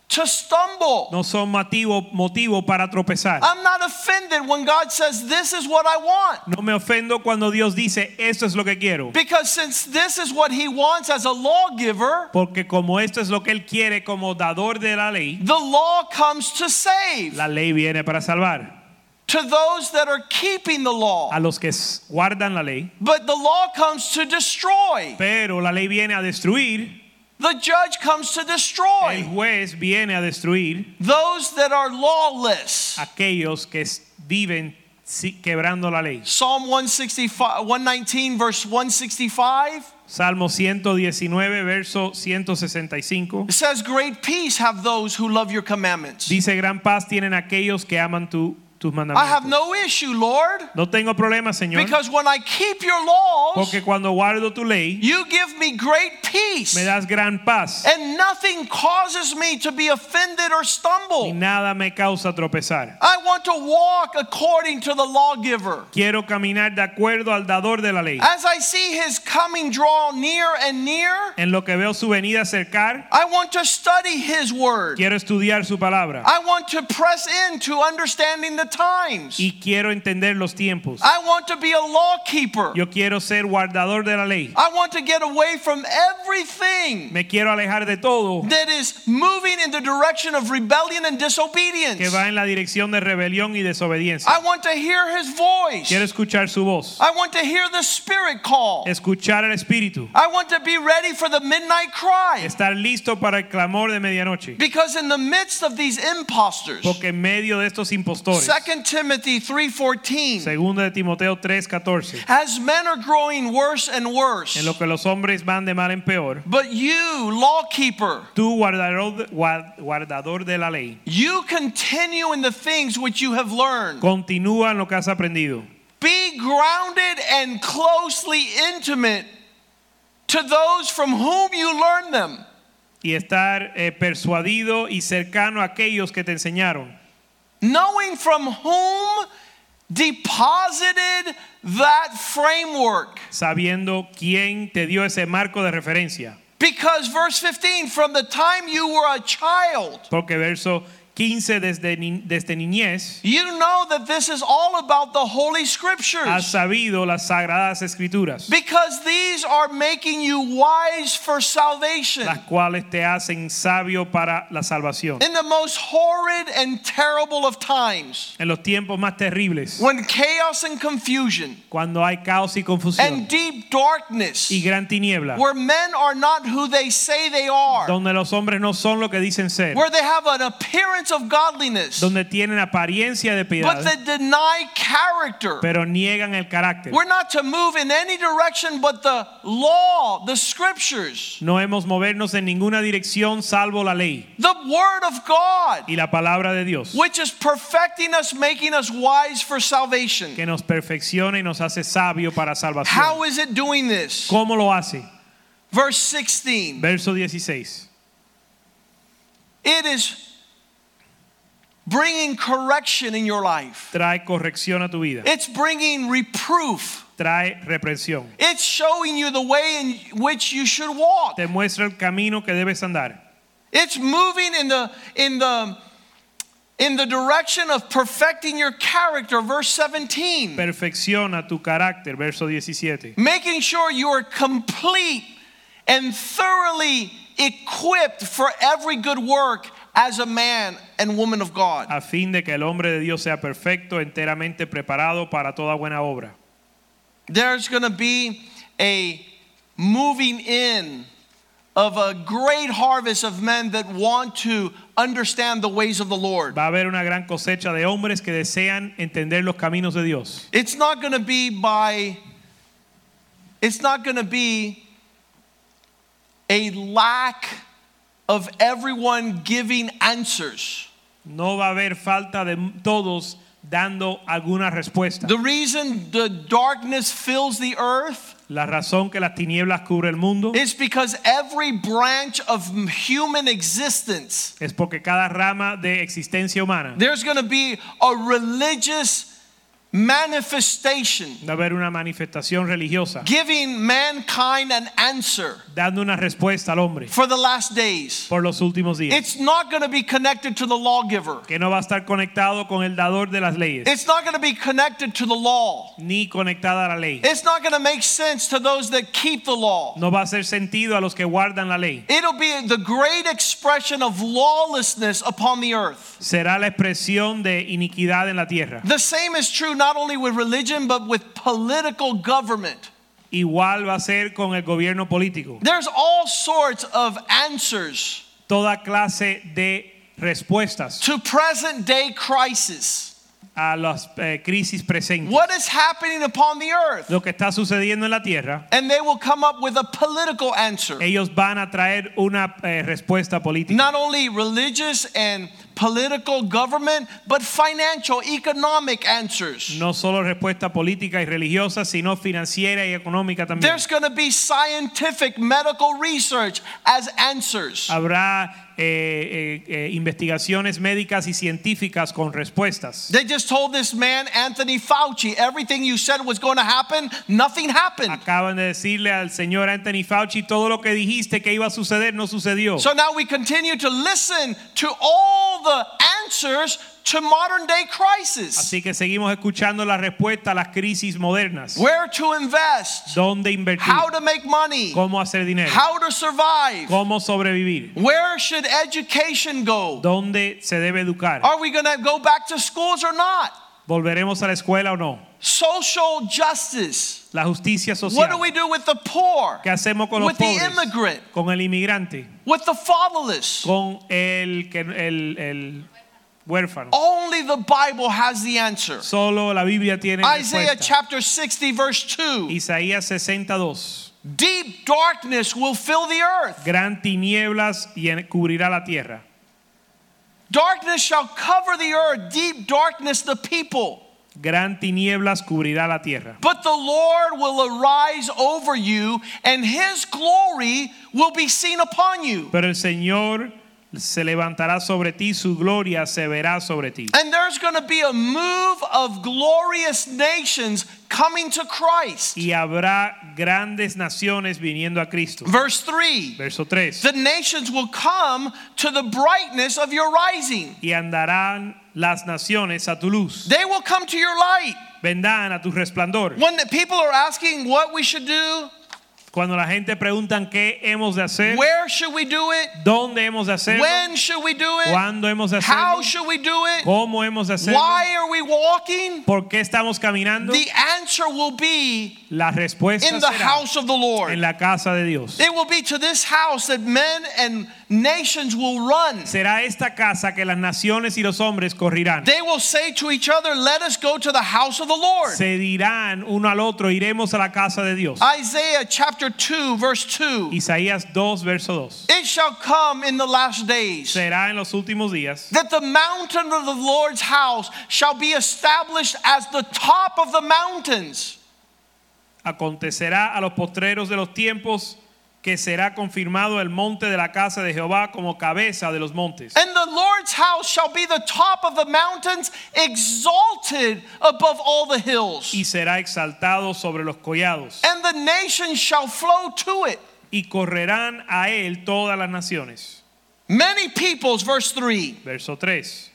to stumble. no son motivo, motivo para tropezar. I'm not offended when God says, This is what I want. No me ofendo cuando Dios dice, esto es lo que quiero. Because since this is what he wants as a lawgiver, Porque como esto es lo que Él quiere como dador de la ley, the law comes to save la ley viene para salvar to those that are keeping the law. a los que s- guardan la ley. But the law comes to destroy. Pero la ley viene a destruir, The judge comes to el destroy juez viene a destruir those that are lawless. aquellos que s- viven si- quebrando la ley. Psalm 165, 119, verse 165 Salmo 119, verso 165. it says, Great peace have those who love your commandments. Dice, gran paz tienen aquellos que aman tu- tus I have mandamientos. no issue, Lord, No tengo problema, Señor, because when I keep your laws, porque cuando guardo tu ley, you give me great peace, me das gran paz and nothing causes me to be offended or y stumble. nada me causa tropezar. I want to walk according to the lawgiver. Quiero caminar de acuerdo al dador de la ley. As I see his coming draw near and near, En lo que veo su venida cercar, I want to study his word. quiero estudiar su palabra I want to press into understanding the times. y quiero entender los tiempos. I want to be a law keeper. Yo quiero ser guardador de la ley. I want to get away from everything Me quiero alejar de todo that is moving in the direction of rebellion and que disobedience. va en la dirección de rebelión y desobediencia. I want to hear his Quiero voice. escuchar su voz, I want to hear the spirit call. escuchar al Espíritu, I want to be ready for the midnight cry. estar listo para el clamor de medianoche. Because in the midst of these imposters, Porque en medio de estos impostores, 2 Timothy 3:14 segundo de Timoteo 3:14, As men are growing worse and worse, en lo que los hombres van de mal en peor, but you, lawkeeper, tú guardador, guard- guardador de la ley, you continue in the things which you have learned. continúa en lo que has aprendido. Be grounded and closely intimate to those from whom you learned them. y estar eh, persuadido y cercano a aquellos que te enseñaron, Knowing from whom deposited that framework. sabiendo quién te dio ese marco de referencia. Because verse 15, from the time you were a child, Porque verso 15 desde, ni- desde niñez, You know that this is all about the Holy has Scriptures sabido las sagradas escrituras, because these are making you wise for salvation las cuales te hacen sabio para la salvación. in the most horrid and terrible of times En los tiempos más terribles, when chaos and confusion cuando hay caos y confusión and deep darkness, y gran tiniebla, where men are not who they say they are, donde los hombres no son lo que dicen ser, where they have an appearance of godliness donde tienen apariencia de but piedad, they deny character. pero niegan el carácter. We're not to move in any direction but the law, the scriptures, No hemos movernos en ninguna dirección salvo la ley the word of God. y la palabra de Dios, which is perfecting us, making us wise for salvation. que nos perfecciona y nos hace sabio para How salvación. is it doing this? ¿Cómo lo hace? Verse 16. Verso 16. It is bringing correction in your life, Trae corrección a tu vida, it's bringing reproof, trae reprensión, it's showing you the way in which you should walk, te muestra el camino que debes andar, it's moving in the, in the, in the direction of perfecting your character, verse 17. perfecciona tu carácter. Verso 17. Making sure you are complete and thoroughly equipped for every good work as a man and woman of God. A fin de que el hombre de Dios sea perfecto, enteramente preparado para toda buena obra. There's going to be a moving in of a great harvest of men that want to understand the ways of the Lord. Va a haber una gran cosecha de hombres que desean entender los caminos de Dios. It's not going to be by it's not going to be a lack of everyone giving answers. No va a haber falta de todos dando alguna respuesta. The reason the darkness fills the earth La razón que las tinieblas cubre el mundo is because every branch of human existence, es porque cada rama de existencia humana there's going to be a religious manifestation va a haber una manifestación religiosa giving mankind an answer dando una respuesta al hombre for the last days. por los últimos días It's not going to be connected to the lawgiver, que no va a estar conectado con el dador de las leyes it's not going to be connected to the law, ni conectada a la ley. it's not going to make sense to those that keep the law. No va a hacer sentido a los que guardan la ley. It'll be the great expression of lawlessness upon the earth. Será la expresión de iniquidad en la tierra. The same is true not only with religion, but with political government. Igual va a ser con el gobierno político. There's all sorts of answers Toda clase de respuestas to present day crisis. a las eh, crisis presentes. What is happening upon the earth? Lo que está sucediendo en la tierra, And they will come up with a political answer. ellos van a traer una eh, respuesta política. Not only religious and political government, but financial, economic answers. No solo respuesta política y religiosa, sino financiera y económica también. There's going to be scientific medical research as answers. Habrá eh, eh, eh, investigaciones médicas y científicas con respuestas. They just told this man, Anthony Fauci, everything you said was going to happen, nothing happened. Acaban de decirle al señor Anthony Fauci todo lo que dijiste que iba a suceder no sucedió. So now we continue to listen to all the answers to modern day crisis. Así que seguimos escuchando la respuesta a las crisis modernas. Where to invest, ¿Dónde invertir? how to make money, ¿Cómo hacer dinero? how to survive, ¿Cómo sobrevivir? where should education go? ¿Dónde se debe educar? Are we going to go back to schools or not? ¿Volveremos a la escuela o no? Social justice. La justicia What social. do we do with the poor, ¿Qué hacemos con los with the pobres? immigrant, Con el inmigrante, with the fatherless? con el, que- el, el huérfano. Only the Bible has the answer. Solo la Biblia tiene Isaiah respuesta. chapter 60, verse 2. Isaías 62. Deep darkness will fill the earth. Gran tinieblas y en- cubrirá la tierra. Darkness shall cover the earth, deep darkness the people. Gran tinieblas cubrirá la tierra. But the Lord will arise over you, and his glory will be seen upon you. Pero el Señor se levantará sobre ti, su gloria se verá sobre ti. And there's going to be a move of glorious nations coming to Christ. Y habrá grandes naciones viniendo a Cristo. Verse 3 Verso 3. The nations will come to the brightness of your rising, Y andarán las naciones a tu luz, they will come to your light. vendrán a tu resplandor. When the people are asking what we should do, Cuando la gente pregunta qué hemos de hacer, where should we do it, dónde hemos de hacerlo, when should we do it, cuándo hemos de how hacerlo, should we do it, cómo hemos de hacerlo, why are we walking, por qué estamos caminando, the answer will be la respuesta in the será house of the Lord. en la casa de Dios. It will be to this house that men and nations will run. Será esta casa que las naciones y los hombres corrirán. They will say to each other, Let us go to the house of the Lord. Se dirán uno al otro, iremos a la casa de Dios. Isaiah chapter 2, verse 2. Isaías 2, verso 2. It shall come in the last days Será en los últimos días that the mountain of the Lord's house shall be established as the top of the mountains. acontecerá a los postreros de los tiempos que será confirmado el monte de la casa de Jehová como cabeza de los montes. And the Lord's house shall be the top of the mountains, exalted above all the hills. Y será exaltado sobre los collados. And the nations shall flow to it. Y correrán a él todas las naciones. Many peoples, verse 3. Verso 3.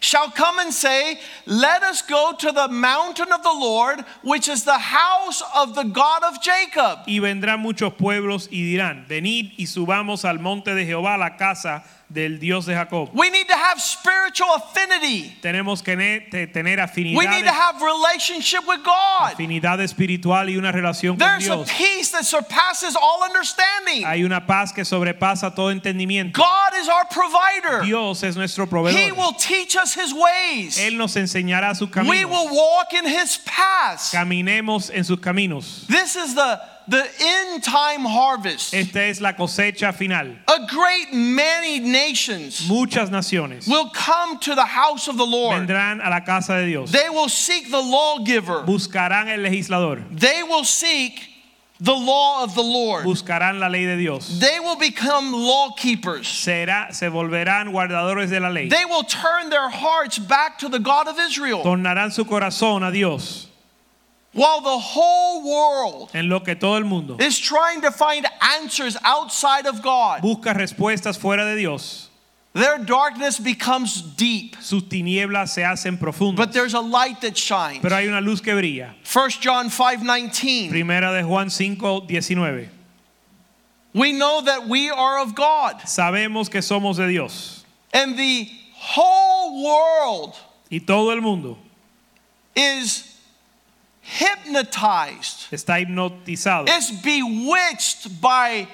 shall come and say, Let us go to the mountain of the Lord, which is the house of the God of Jacob. Y vendrán muchos pueblos y dirán, venid y subamos al monte de Jehová, la casa del Dios de Jacob. We need to have spiritual affinity. Tenemos que ne- te- tener We need afinidad, to have relationship with God. afinidad espiritual y una relación con There's a Dios. peace that surpasses all understanding. Hay una paz que sobrepasa todo entendimiento. God is our provider. Dios es nuestro He proveedor. will teach us his ways. Él nos enseñará sus We caminos. will walk in his paths. Caminemos en sus caminos. This is the the end time harvest. Esta es la cosecha final. A great many nations Muchas naciones will come to the house of the Lord. vendrán a la casa de Dios. They will seek the lawgiver. Buscarán el legislador. They will seek the law of the Lord. Buscarán la ley de Dios. They will become law keepers. Será, se volverán guardadores de la ley. They will turn their hearts back to the God of Israel. Tornarán su corazón a Dios While the whole world en lo que todo el mundo is trying to find answers outside of God, busca respuestas fuera de Dios. their darkness becomes deep. Sus tinieblas se hacen profundas. But there's a light that shines. Pero hay una luz que brilla. 1 John 5:19. Primera de Juan 5, 19. We know that we are of God, Sabemos que somos de Dios. and the whole world Y todo el mundo is hypnotized, está hipnotizado. is bewitched by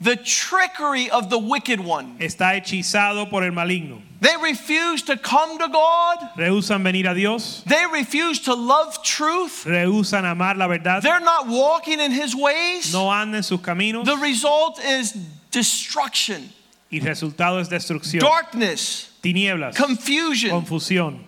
the trickery of the wicked one. Está hechizado por el maligno. They refuse to come to God, Rehusan venir a Dios. they refuse to love truth, Rehusan amar la verdad. they're not walking in His ways. No andan en sus caminos. The result is destruction, Y el resultado es destrucción. darkness, Tinieblas. confusion. Confusión.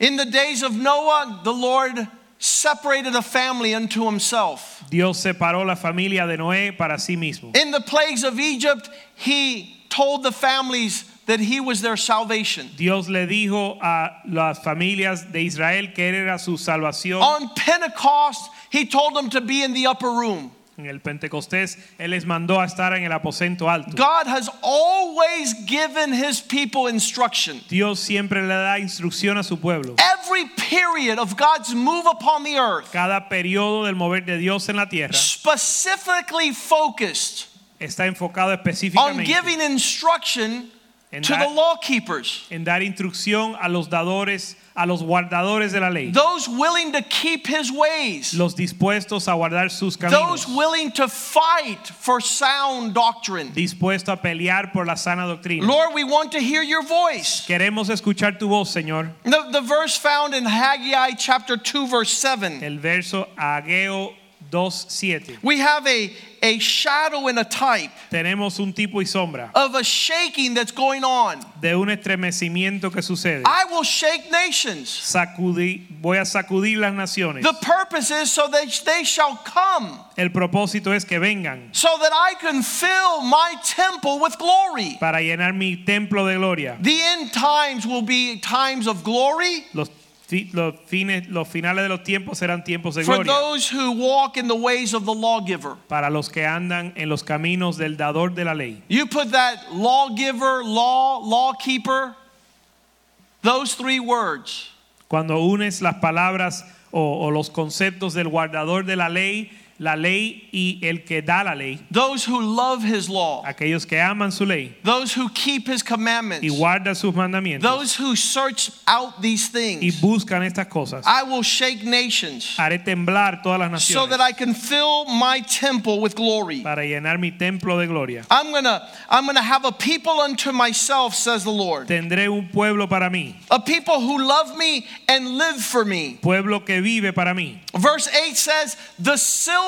In the days of Noah, the Lord separated a family unto Himself. Dios separó la familia de Noé para sí mismo. In the plagues of Egypt, he told the families that he was their salvation. Dios le dijo a las familias de Israel que él era su salvación. On Pentecost, he told them to be in the upper room. En el Pentecostés, Él les mandó a estar en el aposento alto. God has always given his people instruction. Dios siempre le da instrucción a su pueblo. Every period of God's move upon the earth, Cada periodo del mover de Dios en la tierra specifically focused está enfocado on específicamente giving instruction en to the dar, law keepers, en dar instrucción a los dadores, a los guardadores de la ley, those willing to keep his ways, los dispuestos a guardar sus those caminos, willing to fight for sound doctrine. dispuestos a pelear por la sana doctrina. Lord, we want to hear your voice. Queremos escuchar tu voz, Señor. The, the verse found in Haggai chapter 2, verse 7. El verso Ageo 2.7. We have a, a shadow and a type Tenemos un tipo y sombra of a shaking that's going on. de un estremecimiento que sucede. I will shake nations. Sacudí- voy a sacudir las naciones. The purpose is so that they shall come, El propósito es que vengan so that I can fill my temple with glory. para llenar mi templo de gloria. The end times will be times of glory Los, fi- los fines, los finales de los tiempos serán tiempos de for gloria those who walk in the ways of the lawgiver. para los que andan en los caminos del dador de la ley. You put that lawgiver, law, lawkeeper, those three words. Cuando unes las palabras o, o los conceptos del guardador de la ley, la ley y el que da la ley, Those who love his law, aquellos que aman su ley those who keep his commandments, y guardan sus mandamientos those who search out these y things. buscan estas cosas, I will shake nations haré temblar todas las so naciones that I can fill my temple with glory. para llenar mi templo de gloria. I'm going to I'm going to have a people unto myself says the Lord. Tendré un pueblo para mí, A people who love me and live for me. pueblo que vive para mí. Verse 8 says, "The silver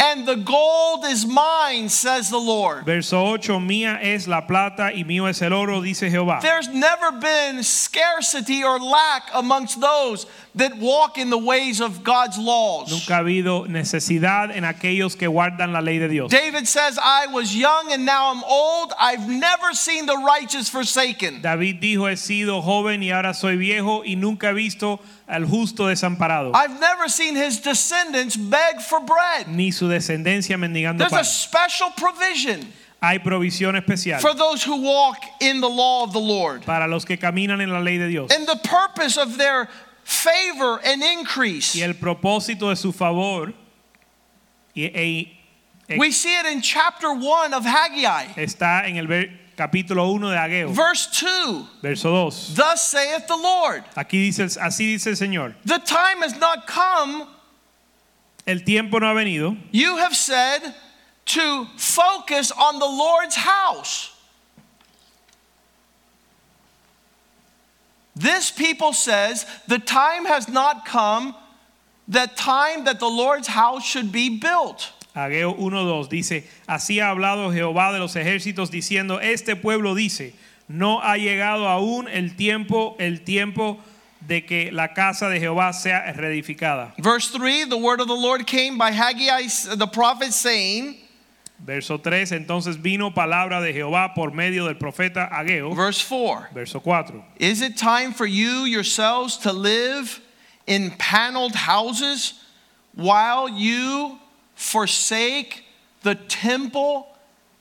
and the gold is mine," says the Lord. Verso 8, mía es la plata y mío es el oro, dice Jehová. There's never been scarcity or lack amongst those that walk in the ways of God's laws. Nunca ha habido necesidad en aquellos que guardan la ley de Dios. David says, I was young and now I'm old. I've never seen the righteous forsaken. David dijo, he sido joven y ahora soy viejo y nunca he visto al justo desamparado, I've never seen his descendants beg for bread. ni su descendencia mendigando There's a pan. special provision Hay provisión especial for those who walk in the law of the Lord. para los que caminan en la ley de Dios. And the purpose of their favor and Y increase. el propósito de su favor y- e- e- We see it in chapter 1 of Haggai, está en el ver- capítulo 1 de Ageo, verse 2. verso 2. Thus saith the Lord. Aquí dice, el- así dice el Señor, The time has not come, el tiempo no ha venido you have said, to focus on the Lord's house. This people says, the time has not come, that time that the Lord's house should be built. Ageo 1.2 dice, así ha hablado Jehová de los ejércitos diciendo, este pueblo dice, no ha llegado aún el tiempo, el tiempo de que la casa de Jehová sea reedificada. Verse 3 The word of the Lord came by Haggai the prophet, saying, Verso 3, entonces vino palabra de Jehová por medio del profeta Ageo. Verse 4 Verso 4, Is it time for you yourselves to live in paneled houses while you forsake the temple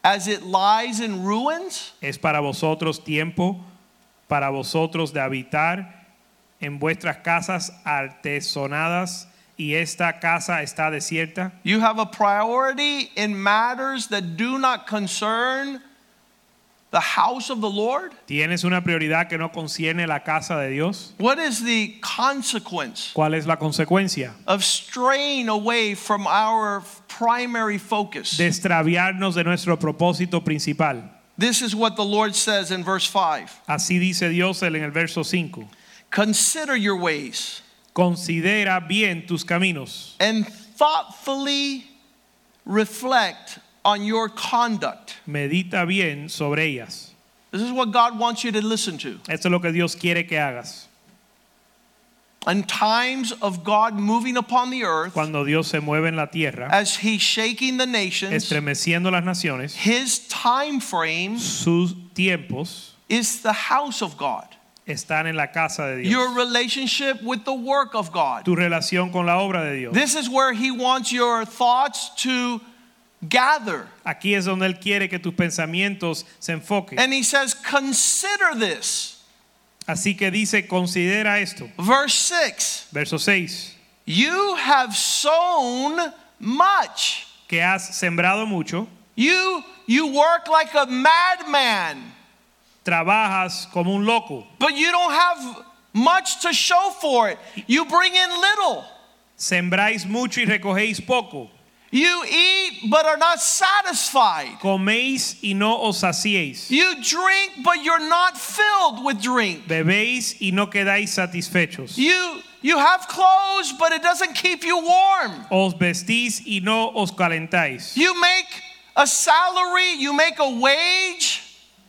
as it lies in ruins? es para vosotros tiempo, para vosotros de habitar en vuestras casas artesonadas y esta casa está desierta. You have a priority in matters that do not concern the house of the Lord? ¿Tienes una prioridad que no concierne la casa de Dios? What is the consequence ¿Cuál es la consecuencia? of straying away from our primary focus? De extraviarnos de nuestro propósito principal. This is what the Lord says in verse 5 Así dice Dios en el verso 5. Consider your ways. Considera bien tus caminos and thoughtfully reflect on your conduct. medita bien sobre ellas. This is what God wants you to listen to. Esto es lo que Dios quiere que hagas. In times of God moving upon the earth, Cuando Dios se mueve en la tierra, as He's shaking the nations, estremeciendo las naciones, His time frame sus tiempos is the house of God, están en la casa de your Dios. relationship with the work of God. Tu relación con la obra de Dios. This is where He wants your thoughts to gather. Aquí es donde Él quiere que tus pensamientos se enfoquen. And He says, Consider this. Así que dice, considera esto. Verse 6 Verso 6. You have sown much. Que has sembrado mucho, You you work like a madman, trabajas como un loco, but you don't have much to show for it. You bring in little. sembráis mucho y recogéis poco, You eat but are not satisfied. coméis y no os saciéis, You drink but you're not filled with drink. bebéis y no quedáis satisfechos, You You have clothes, but it doesn't keep you warm. Os vestís y no os calentáis. You make a salary, you make a wage,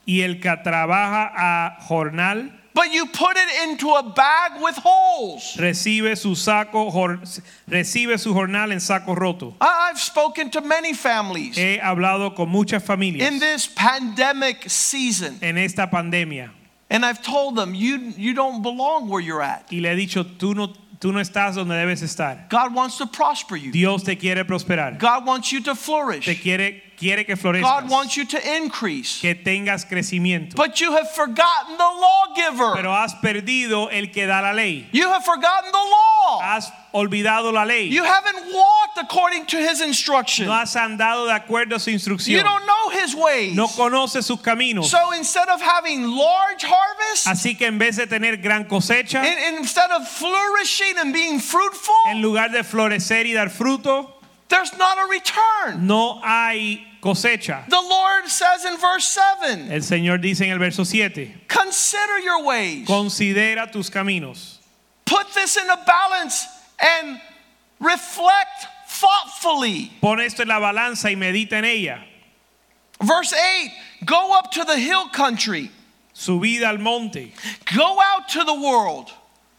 Y el que trabaja a jornal but you put it into a bag with holes. recibe su saco jor- recibe su jornal en saco roto. I- I've spoken to many families He hablado con muchas familias in this pandemic season, en esta pandemia and I've told them, you, you don't belong where you're at. y le he dicho tú no tú no estás donde debes estar. God wants to prosper you, Dios te quiere prosperar. God wants you to Te flourish, quiere quiere que florezcas. God wants you to increase. que tengas crecimiento. But you have forgotten the lawgiver, Pero has perdido el que da la ley. you have forgotten the law. Has olvidado la ley. You haven't walked according to his instruction. No has andado de acuerdo a su You instrucción. don't know his ways. No conoces sus caminos. So instead of having large harvests, Así que en vez de tener gran cosecha, in- instead of flourishing and being fruitful, en lugar de florecer y dar fruto, there's not a return. no hay cosecha. The Lord says in verse 7 El Señor dice en el verso 7, Consider your ways, considera tus caminos. put this in a balance, and reflect thoughtfully. Pon esto en la balanza y medita en ella. Verse 8 Go up to the hill country, Subida al monte, go out to the world,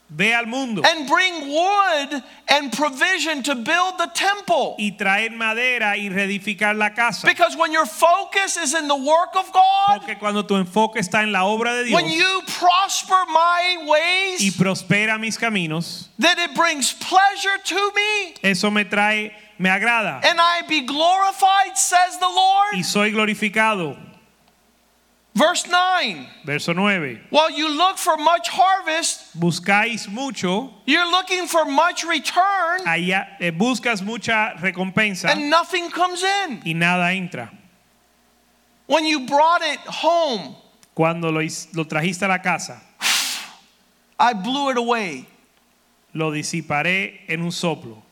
ve al mundo and bring wood and provision to build the temple. y traer madera y reedificar la casa. Because when your focus is in the work of God, Porque cuando tu enfoque está en la obra de Dios When you prosper my y ways, prospera mis caminos, that it brings pleasure to me, eso me trae, me agrada and I be glorified, says the Lord. y soy glorificado. Verse 9 Verso 9. While you look for much harvest, Buscáis mucho, you're looking for much return, allá, eh, buscas mucha recompensa and nothing comes in. y nada entra. When you brought it home, Cuando lo, his- lo trajiste a la casa, I blew it away. lo disiparé en un soplo.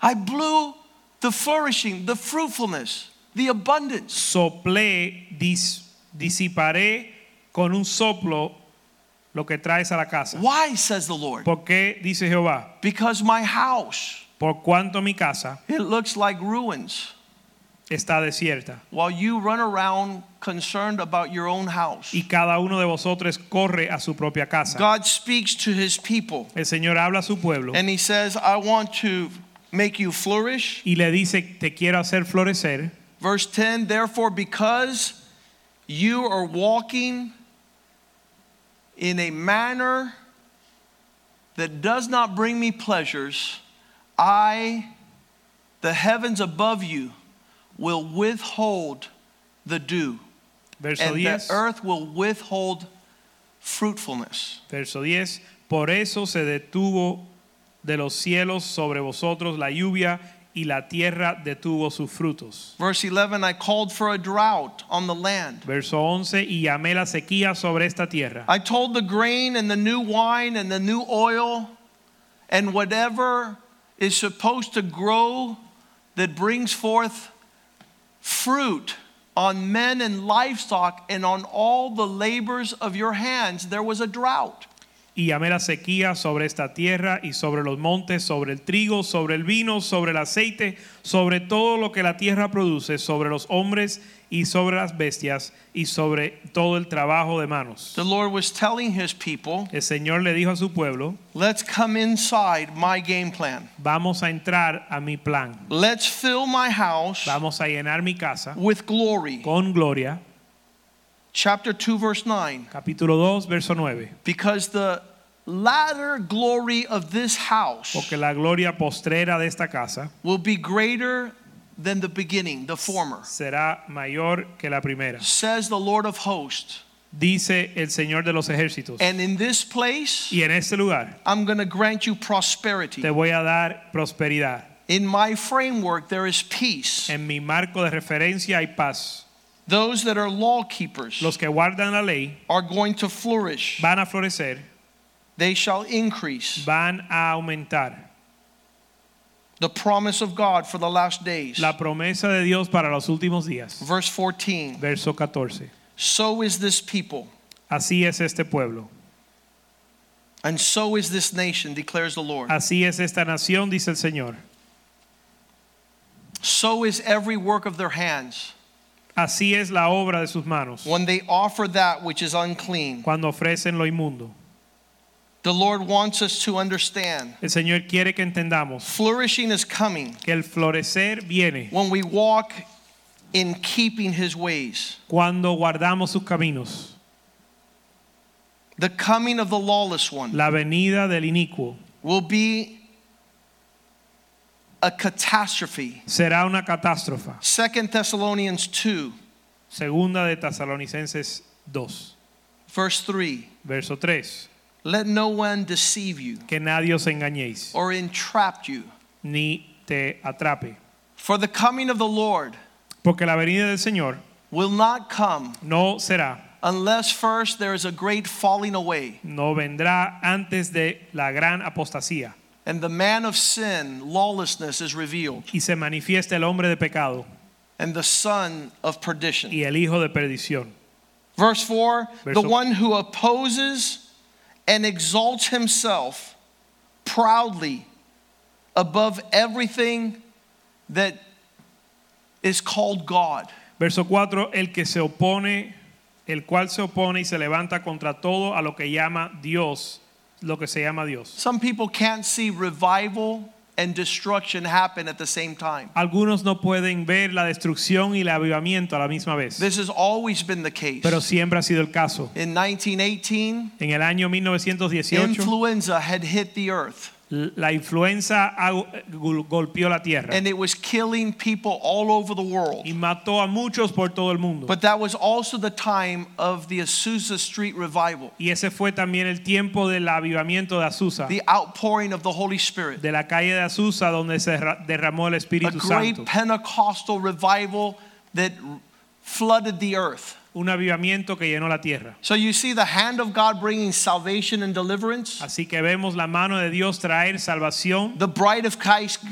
I blew the flourishing, the fruitfulness, the abundance. Soplé, dis- disiparé con un soplo lo que traes a la casa. Why, says the Lord? ¿Por qué? Dice Jehová, Because my house, por cuanto mi casa it looks like ruins. está desierta. while you run around concerned about your own house. y cada uno de vosotros corre a su propia casa. God speaks to his people el Señor habla a su pueblo and he says, I want to make you flourish. y le dice, te quiero hacer florecer. Verse 10 Therefore, because you are walking in a manner that does not bring me pleasures, I, the heavens above you, will withhold the dew, Verso and the 10. earth will withhold fruitfulness. Verso 10. Por eso se detuvo de los cielos sobre vosotros la lluvia y la tierra detuvo sus frutos. Verse 11 I called for a drought on the land. Verso 11. Y llamé la sequía sobre esta tierra I told the grain and the new wine and the new oil and whatever is supposed to grow that brings forth fruit on men and livestock and on all the labors of your hands. There was a drought. y llamé la sequía sobre esta tierra y sobre los montes, sobre el trigo, sobre el vino, sobre el aceite, sobre todo lo que la tierra produce, sobre los hombres y sobre las bestias y sobre todo el trabajo de manos. The Lord was telling his people, El Señor le dijo a su pueblo, Let's come inside my game plan. vamos a entrar a mi plan, Let's fill my house vamos a llenar mi casa with glory. con gloria. Chapter 2, verse 9. Capítulo 2, verso 9. Because the latter glory of this house Porque la gloria postrera de esta casa will be greater than the beginning, the former, será mayor que la primera. says the Lord of hosts. Dice el Señor de los ejércitos. And in this place, Y en este lugar I'm going to grant you te prosperity. voy a dar prosperidad. In my framework, there is peace. En mi marco de referencia hay paz. Those that are law keepers Los que guardan la ley are going to flourish, van a florecer, they shall increase. van a aumentar. The promise of God for the last days. La promesa de Dios para los últimos días. Verse 14 Verso 14. So is this people. Así es este pueblo. And so is this nation, declares the Lord. Así es esta nación, dice el Señor. So is every work of their hands Así es la obra de sus manos when they offer that which is unclean. cuando ofrecen lo inmundo. The Lord wants us to understand El Señor quiere que entendamos flourishing is coming que el florecer viene when we walk in keeping his ways. cuando guardamos sus caminos. The coming of the lawless one La venida del inicuo will be a catastrophe. será una catástrofe. 2 Thessalonians 2, Segunda de Tesalonicenses 2, verse 3. verso 3. Let no one deceive you Que nadie os engañéis or entrap you, ni te atrape. for the coming of the Lord Porque la venida del Señor will not come no será, unless first there is a great falling away, no vendrá antes de la gran apostasía and the man of sin, lawlessness, is revealed, y se manifiesta el hombre de pecado and the son of perdition. y el hijo de perdición. Verse 4 Verso- The one who opposes and exalts himself proudly above everything that is called God. Verso 4, el que se opone, el cual se opone y se levanta contra todo a lo que llama Dios, lo que se llama Dios. Some people can't see revival and destruction happen at the same time. Algunos no pueden ver la destrucción y el avivamiento a la misma vez, This has always been the case. pero siempre ha sido el caso. In 1918, En el año 1918, influenza had hit the earth la influenza au- gol- golpeó la tierra and it was killing people all over the world. y mató a muchos por todo el mundo. But that was also the time of the Azusa Street revival, Y ese fue también el tiempo del avivamiento de Azusa, the outpouring of the Holy Spirit, de la calle de Azusa donde se ra- derramó el a Espíritu Santo. great Pentecostal revival that flooded the earth. Un avivamiento que llenó la tierra. So you see the hand of God bringing salvation and deliverance. Así que vemos la mano de Dios traer salvación, The bride of Christ,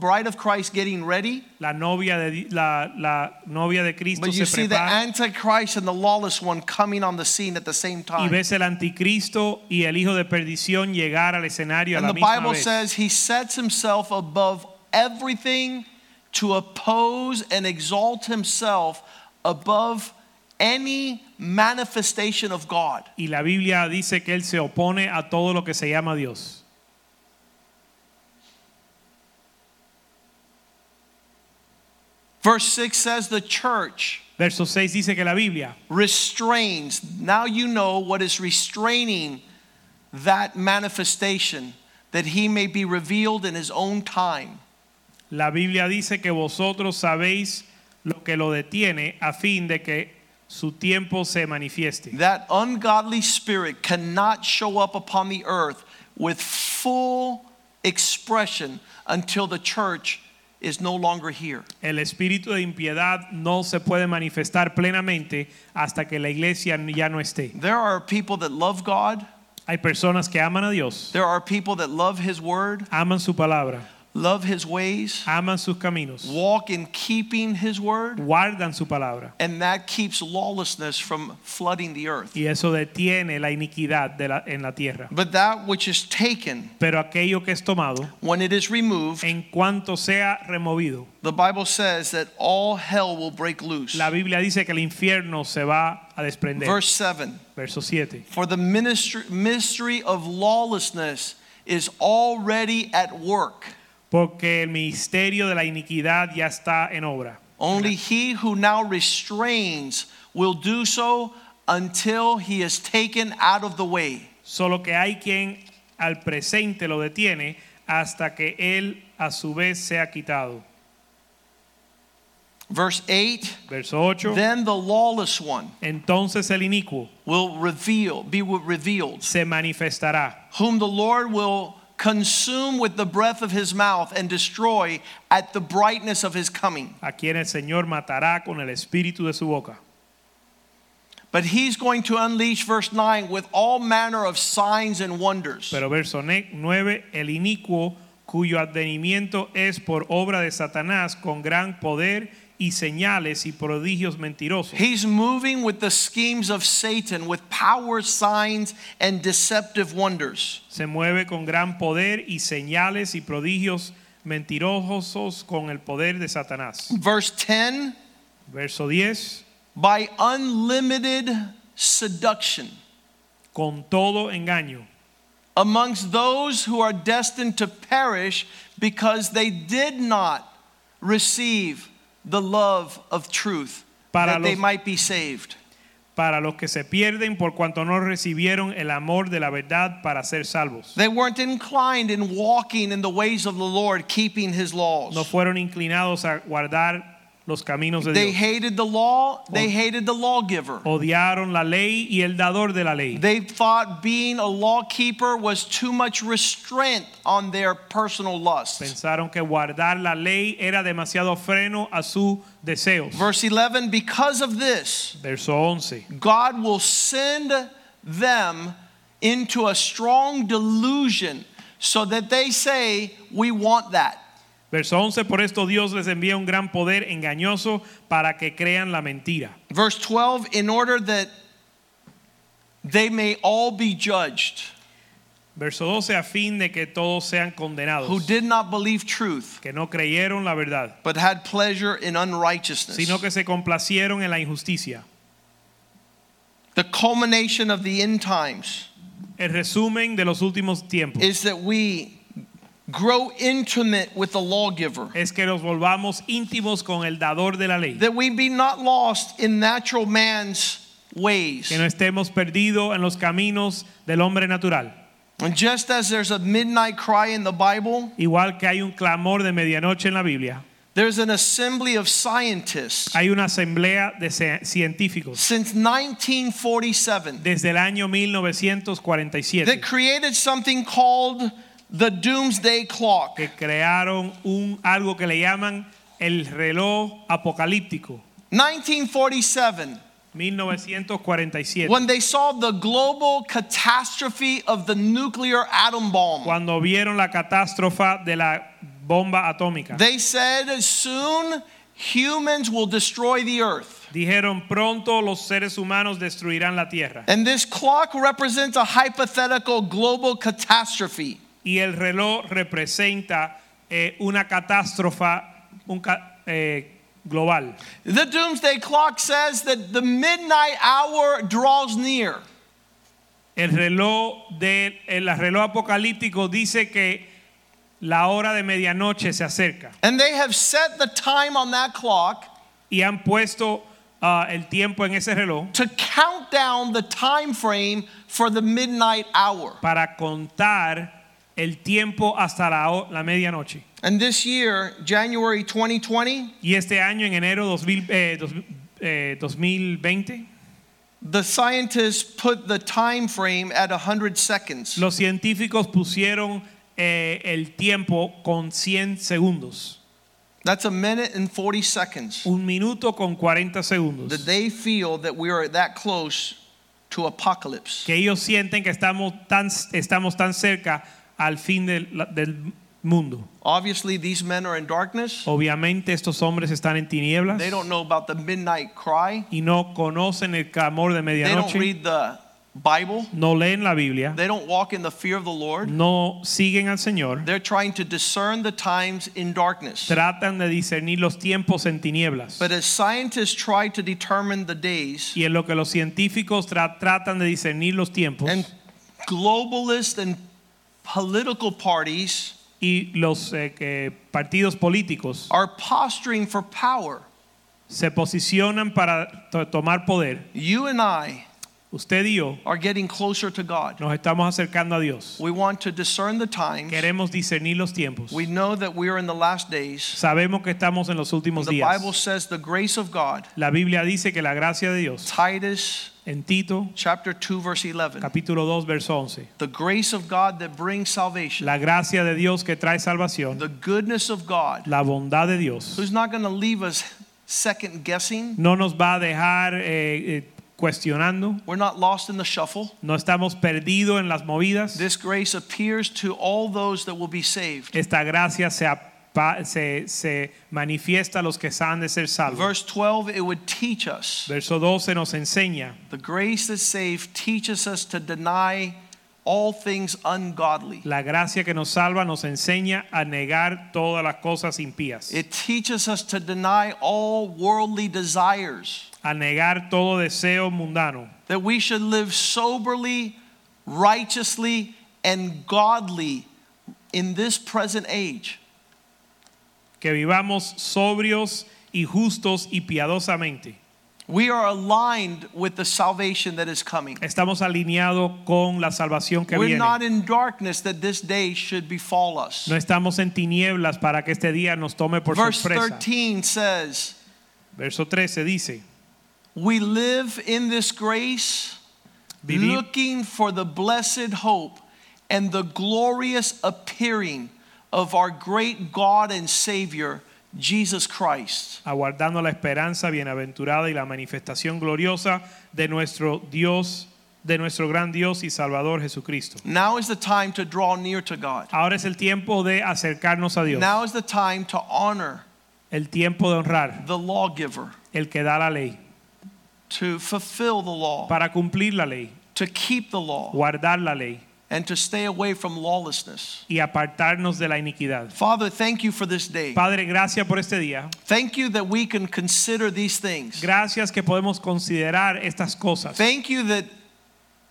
bride of Christ getting ready. la novia de, Di- la, la novia de Cristo But you se see the prepara Antichrist and the lawless one coming on the scene at the same y time. ves el anticristo y el hijo de perdición llegar al escenario a And la the misma Bible vez. says he sets himself above everything to oppose and exalt himself above any manifestation of God. y la Biblia dice que él se opone a todo lo que se llama Dios. Verse 6 says the church Verso 6 dice que la Biblia restrains. Now you know what is restraining that manifestation that he may be revealed in his own time. La Biblia dice que vosotros sabéis lo que lo detiene a fin de que su tiempo se manifieste. That ungodly spirit cannot show up upon the earth with full expression until the church is no longer here. El espíritu de impiedad no se puede manifestar plenamente hasta que la iglesia ya no esté. There are people that love God, Hay personas que aman a Dios, there are people that love His Word, aman su palabra, love His ways, aman sus caminos, walk in keeping His Word, guardan su palabra. and that keeps lawlessness from flooding the earth. Y eso detiene la iniquidad de la- en la tierra. But that which is taken, Pero aquello que es tomado, when it is removed, en cuanto sea removido, the Bible says that all hell will break loose. la Biblia dice que el infierno se va a desprender. Verse 7. Verso 7. For the ministry, mystery of lawlessness is already at work. Porque el ministerio de la iniquidad ya está en obra. Only he who now restrains will do so until he is taken out of the way. Solo que hay quien al presente lo detiene hasta que él a su vez sea quitado. Verse 8 Verso 8. Then the lawless one Entonces el inicuo will reveal, be revealed, se manifestará, whom the Lord will consume with the breath of his mouth and destroy at the brightness of his coming. a quien el Señor matará con el espíritu de su boca. But he's going to unleash, verse 9, with all manner of signs and wonders. Pero verso 9, el inicuo cuyo advenimiento es por obra de Satanás con gran poder y señales y prodigios mentirosos. He's moving with the schemes of Satan with power, signs, and deceptive wonders. Se mueve con gran poder y señales y prodigios mentirosos con el poder de Satanás. Verse 10 Verso 10, by unlimited seduction con todo engaño amongst those who are destined to perish because they did not receive the love of truth Para that they los- might be saved. para los que se pierden por cuanto no recibieron el amor de la verdad para ser salvos. They weren't inclined in walking in the ways of the Lord, keeping his laws. No fueron inclinados a guardar los caminos de They Dios. Oh. hated the law, they hated the lawgiver. Odiaron la ley y el dador de la ley. They thought being a lawkeeper was too much restraint on their personal lusts. Pensaron que guardar la ley era demasiado freno a sus deseos. Verse 11 Because of this, Verso 11. God will send them into a strong delusion so that they say, We want that. Verso 11, por esto Dios les envía un gran poder engañoso para que crean la mentira. Verse 12 In order that they may all be judged Verso 12, a fin de que todos sean who condenados, did not believe truth, que no creyeron la verdad, but had pleasure in sino unrighteousness. que se complacieron en la injusticia. The culmination of the end times. El resumen de los últimos tiempos is that we grow intimate with the lawgiver, es que nos volvamos íntimos con el dador de la ley, that we be not lost in natural man's ways. que no estemos perdidos en los caminos del hombre natural. And just as there's a midnight cry in the Bible, Igual que hay un clamor de medianoche en la Biblia, there's an assembly of scientists hay una asamblea de ce- científicos since 1947 desde el año that 1947 created something called the doomsday clock. que crearon un algo que le llaman el reloj apocalíptico 1947, 1947 when they saw the global catastrophe of the nuclear atom bomb. cuando vieron la catástrofe de la bomba atómica They said, soon humans will destroy the earth. dijeron pronto los seres humanos destruirán la tierra And this clock represents a hypothetical global catastrophe. y el reloj representa eh, una catástrofe un ca- eh, global The doomsday clock says that the midnight hour draws near. el reloj de el reloj apocalíptico dice que la hora de medianoche se acerca And they have set the time on that clock y han puesto ah, el tiempo en ese reloj to count down the time frame for the midnight hour. para contar el tiempo hasta la, ho- la medianoche. And this year, January 2020, Y este año, en enero 2000, eh, dos- eh, 2020, the scientists put the time frame at 100 seconds. los científicos pusieron eh, el tiempo con 100 segundos, That's a minute and 40 seconds. un minuto con 40 that segundos, they feel that we are that close to apocalypse. que ellos sienten que estamos tan, estamos tan cerca al fin del, la- del mundo. Obviously, these men are in darkness. Obviamente estos hombres están en tinieblas They don't know about the midnight cry. y no conocen el clamor de They don't medianoche, read the Bible. no leen la Biblia, They don't walk in the fear of the Lord. no siguen al Señor. They're trying to discern the times in darkness. tratan de discernir los tiempos en tinieblas. But as scientists try to determine the days, y en lo que los científicos tra- tratan de discernir los tiempos and globalists and political parties y los eh, que partidos políticos are posturing for power, se posicionan para to- tomar poder, you and I usted y yo are getting closer to God. nos estamos acercando a Dios. We want to discern the times. Queremos discernir los tiempos. We know that we are in the last days. Sabemos que estamos en los últimos The días. Bible says the grace of God. La Biblia dice que la gracia de Dios, Titus en Tito chapter 2 verse 11. capítulo 2 verso 11, The grace of God that brings salvation. la gracia de Dios que trae salvación, The goodness of God la bondad de Dios who's not going to leave us second guessing. no nos va a dejar eh, eh, cuestionando, We're not lost in the shuffle. no estamos perdidos en las movidas. This grace appears to all those that will be saved. Esta gracia se, ap- pa- se, se manifiesta a los que han de ser salvos. Verse 12, it would teach us. Verso 12 nos enseña, The grace that saved teaches us to deny all things ungodly. la gracia que nos salva nos enseña a negar todas las cosas impías, It teaches us to deny all worldly desires, a negar todo deseo mundano, that we should live soberly, righteously, and godly in this present age. que vivamos sobrios y justos y piadosamente. We are aligned with the salvation that is coming. Estamos alineados con la salvación que We're viene. not in darkness that this day should befall us. No estamos en tinieblas para que este día nos tome por Verse sorpresa. 13 says, Verso 13 dice, We live in this grace, Vivi- looking for the blessed hope and the glorious appearing of our great God and Savior, Jesus Christ. aguardando la esperanza bienaventurada y la manifestación gloriosa de nuestro Dios, de nuestro gran Dios y Salvador Jesucristo. Now is the time to draw near to God. Ahora es el tiempo de acercarnos a Dios, Now is the time to honor el tiempo de honrar the lawgiver, el que da la ley, to fulfill the law, para cumplir la ley, to keep the law, guardar la ley and to stay away from lawlessness. y apartarnos de la iniquidad. Father, thank you for this day. Padre, gracias por este día. Thank you that we can consider these things. Gracias que podemos considerar estas cosas. Thank you that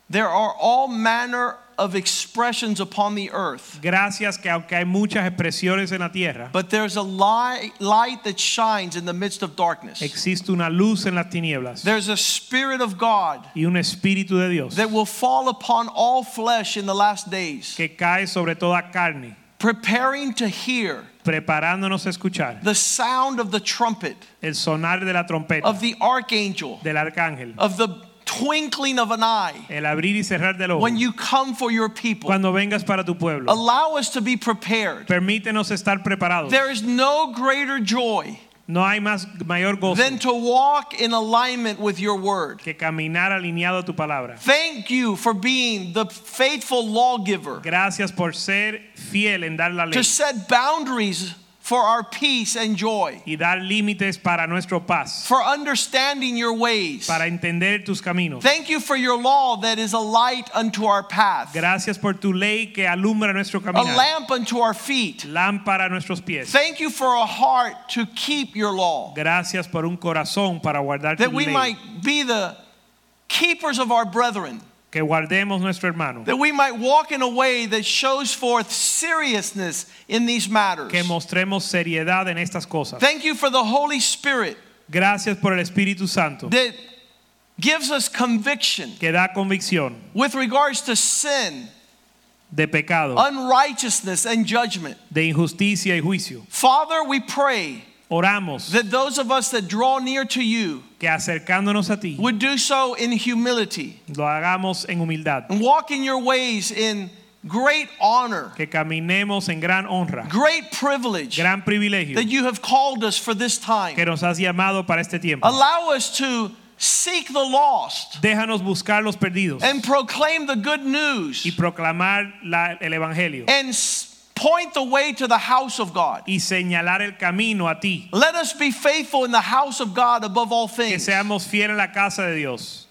there are all manner of expressions upon the earth, Gracias que aunque hay muchas expresiones en la tierra, but there's a light, light that shines in the midst of darkness. existe una luz en las tinieblas There's a spirit of God y un espíritu de Dios that will fall upon all flesh in the last days, que cae sobre toda carne, preparing to hear preparándonos a escuchar the sound of the trumpet, el sonar de la trompeta of the archangel, del arcángel, of the twinkling of an eye el abrir y cerrar del ojo. when you come for your people. Cuando vengas para tu pueblo, Allow us to be prepared. permítenos estar preparados. There is no greater joy No hay más mayor gozo than to walk in alignment with your word. que caminar alineado a tu palabra. Thank you for being the faithful lawgiver Gracias por ser fiel en dar la ley to set boundaries for our peace and joy, y dar límites para nuestro paz, for understanding your ways. para entender tus caminos. Thank you for your law that is a light unto our path, a Gracias por tu ley que alumbra nuestro camino, lamp unto our feet. lámpara a nuestros pies. Thank you for a heart to keep your law, Gracias por un corazón para guardar that tu we ley, might be the keepers of our brethren, que guardemos nuestro hermano, that we might walk in a way that shows forth seriousness in these matters. que mostremos seriedad en estas cosas. Thank you for the Holy Spirit Gracias por el Espíritu Santo that gives us conviction que da convicción with regards to sin, de pecado, unrighteousness, and judgment. de injusticia y juicio. Father, we pray Oramos that those of us that draw near to you que acercándonos a ti would do so in humility lo hagamos en humildad, and walk in your ways in great honor, que caminemos en gran honra, great privilege gran privilegio that you have called us for this que time. nos has llamado para este tiempo. Allow us to seek the lost Déjanos buscar los perdidos and proclaim the good y news proclamar la- el Evangelio. and s- point the way to the house of God. y señalar el camino a ti. Let us be faithful in the house of God above all Que things, seamos fieles en la casa de Dios.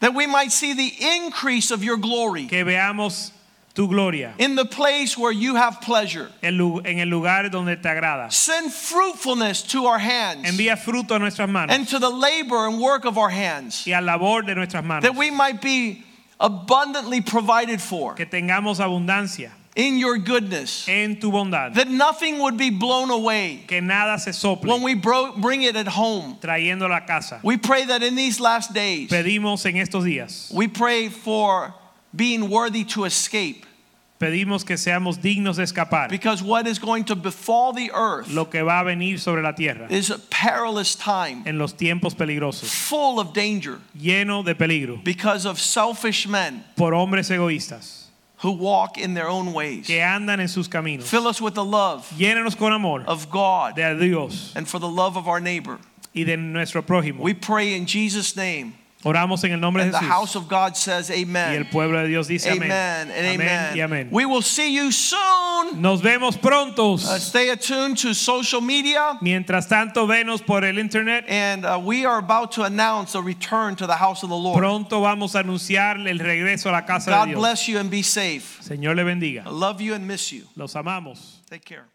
that we might see the increase of your glory Que veamos tu gloria in the place where you have pleasure. en lu- en el lugar donde te agrada. Send fruitfulness to our hands Envía fruto a nuestras manos and to the labor and work of our hands, y a labor de nuestras manos. that we might be abundantly provided for Que tengamos abundancia in your goodness, en tu bondad. that nothing would be blown away Que nada se sople when we bro- bring it at home. trayendo la casa. We pray that in these last days, Pedimos en estos días. we pray for being worthy to escape. Pedimos que seamos dignos de escapar. Because what is going to befall the earth Lo que va a venir sobre la tierra is a perilous time, en los tiempos peligrosos. full of danger, Lleno de peligro because of selfish men por hombres egoístas who walk in their own ways. que andan en sus caminos. Fill us with the love Llénanos con amor of God de Dios and for the love of our neighbor. y de nuestro prójimo. We pray in Jesus' name. Oramos en el nombre de And the Jesús. house of God says Y el amen. pueblo de Dios dice amén. Amen and Amén y amén. amen. We will see you soon. Nos vemos pronto. Uh, stay attuned to social media. Mientras tanto, venos por el internet. And uh, we are about to announce a return to the house of the Lord. Pronto vamos a anunciar el regreso a la casa de God Dios. bless you and be safe. Señor le bendiga. I love you and miss you. Los amamos. Take care.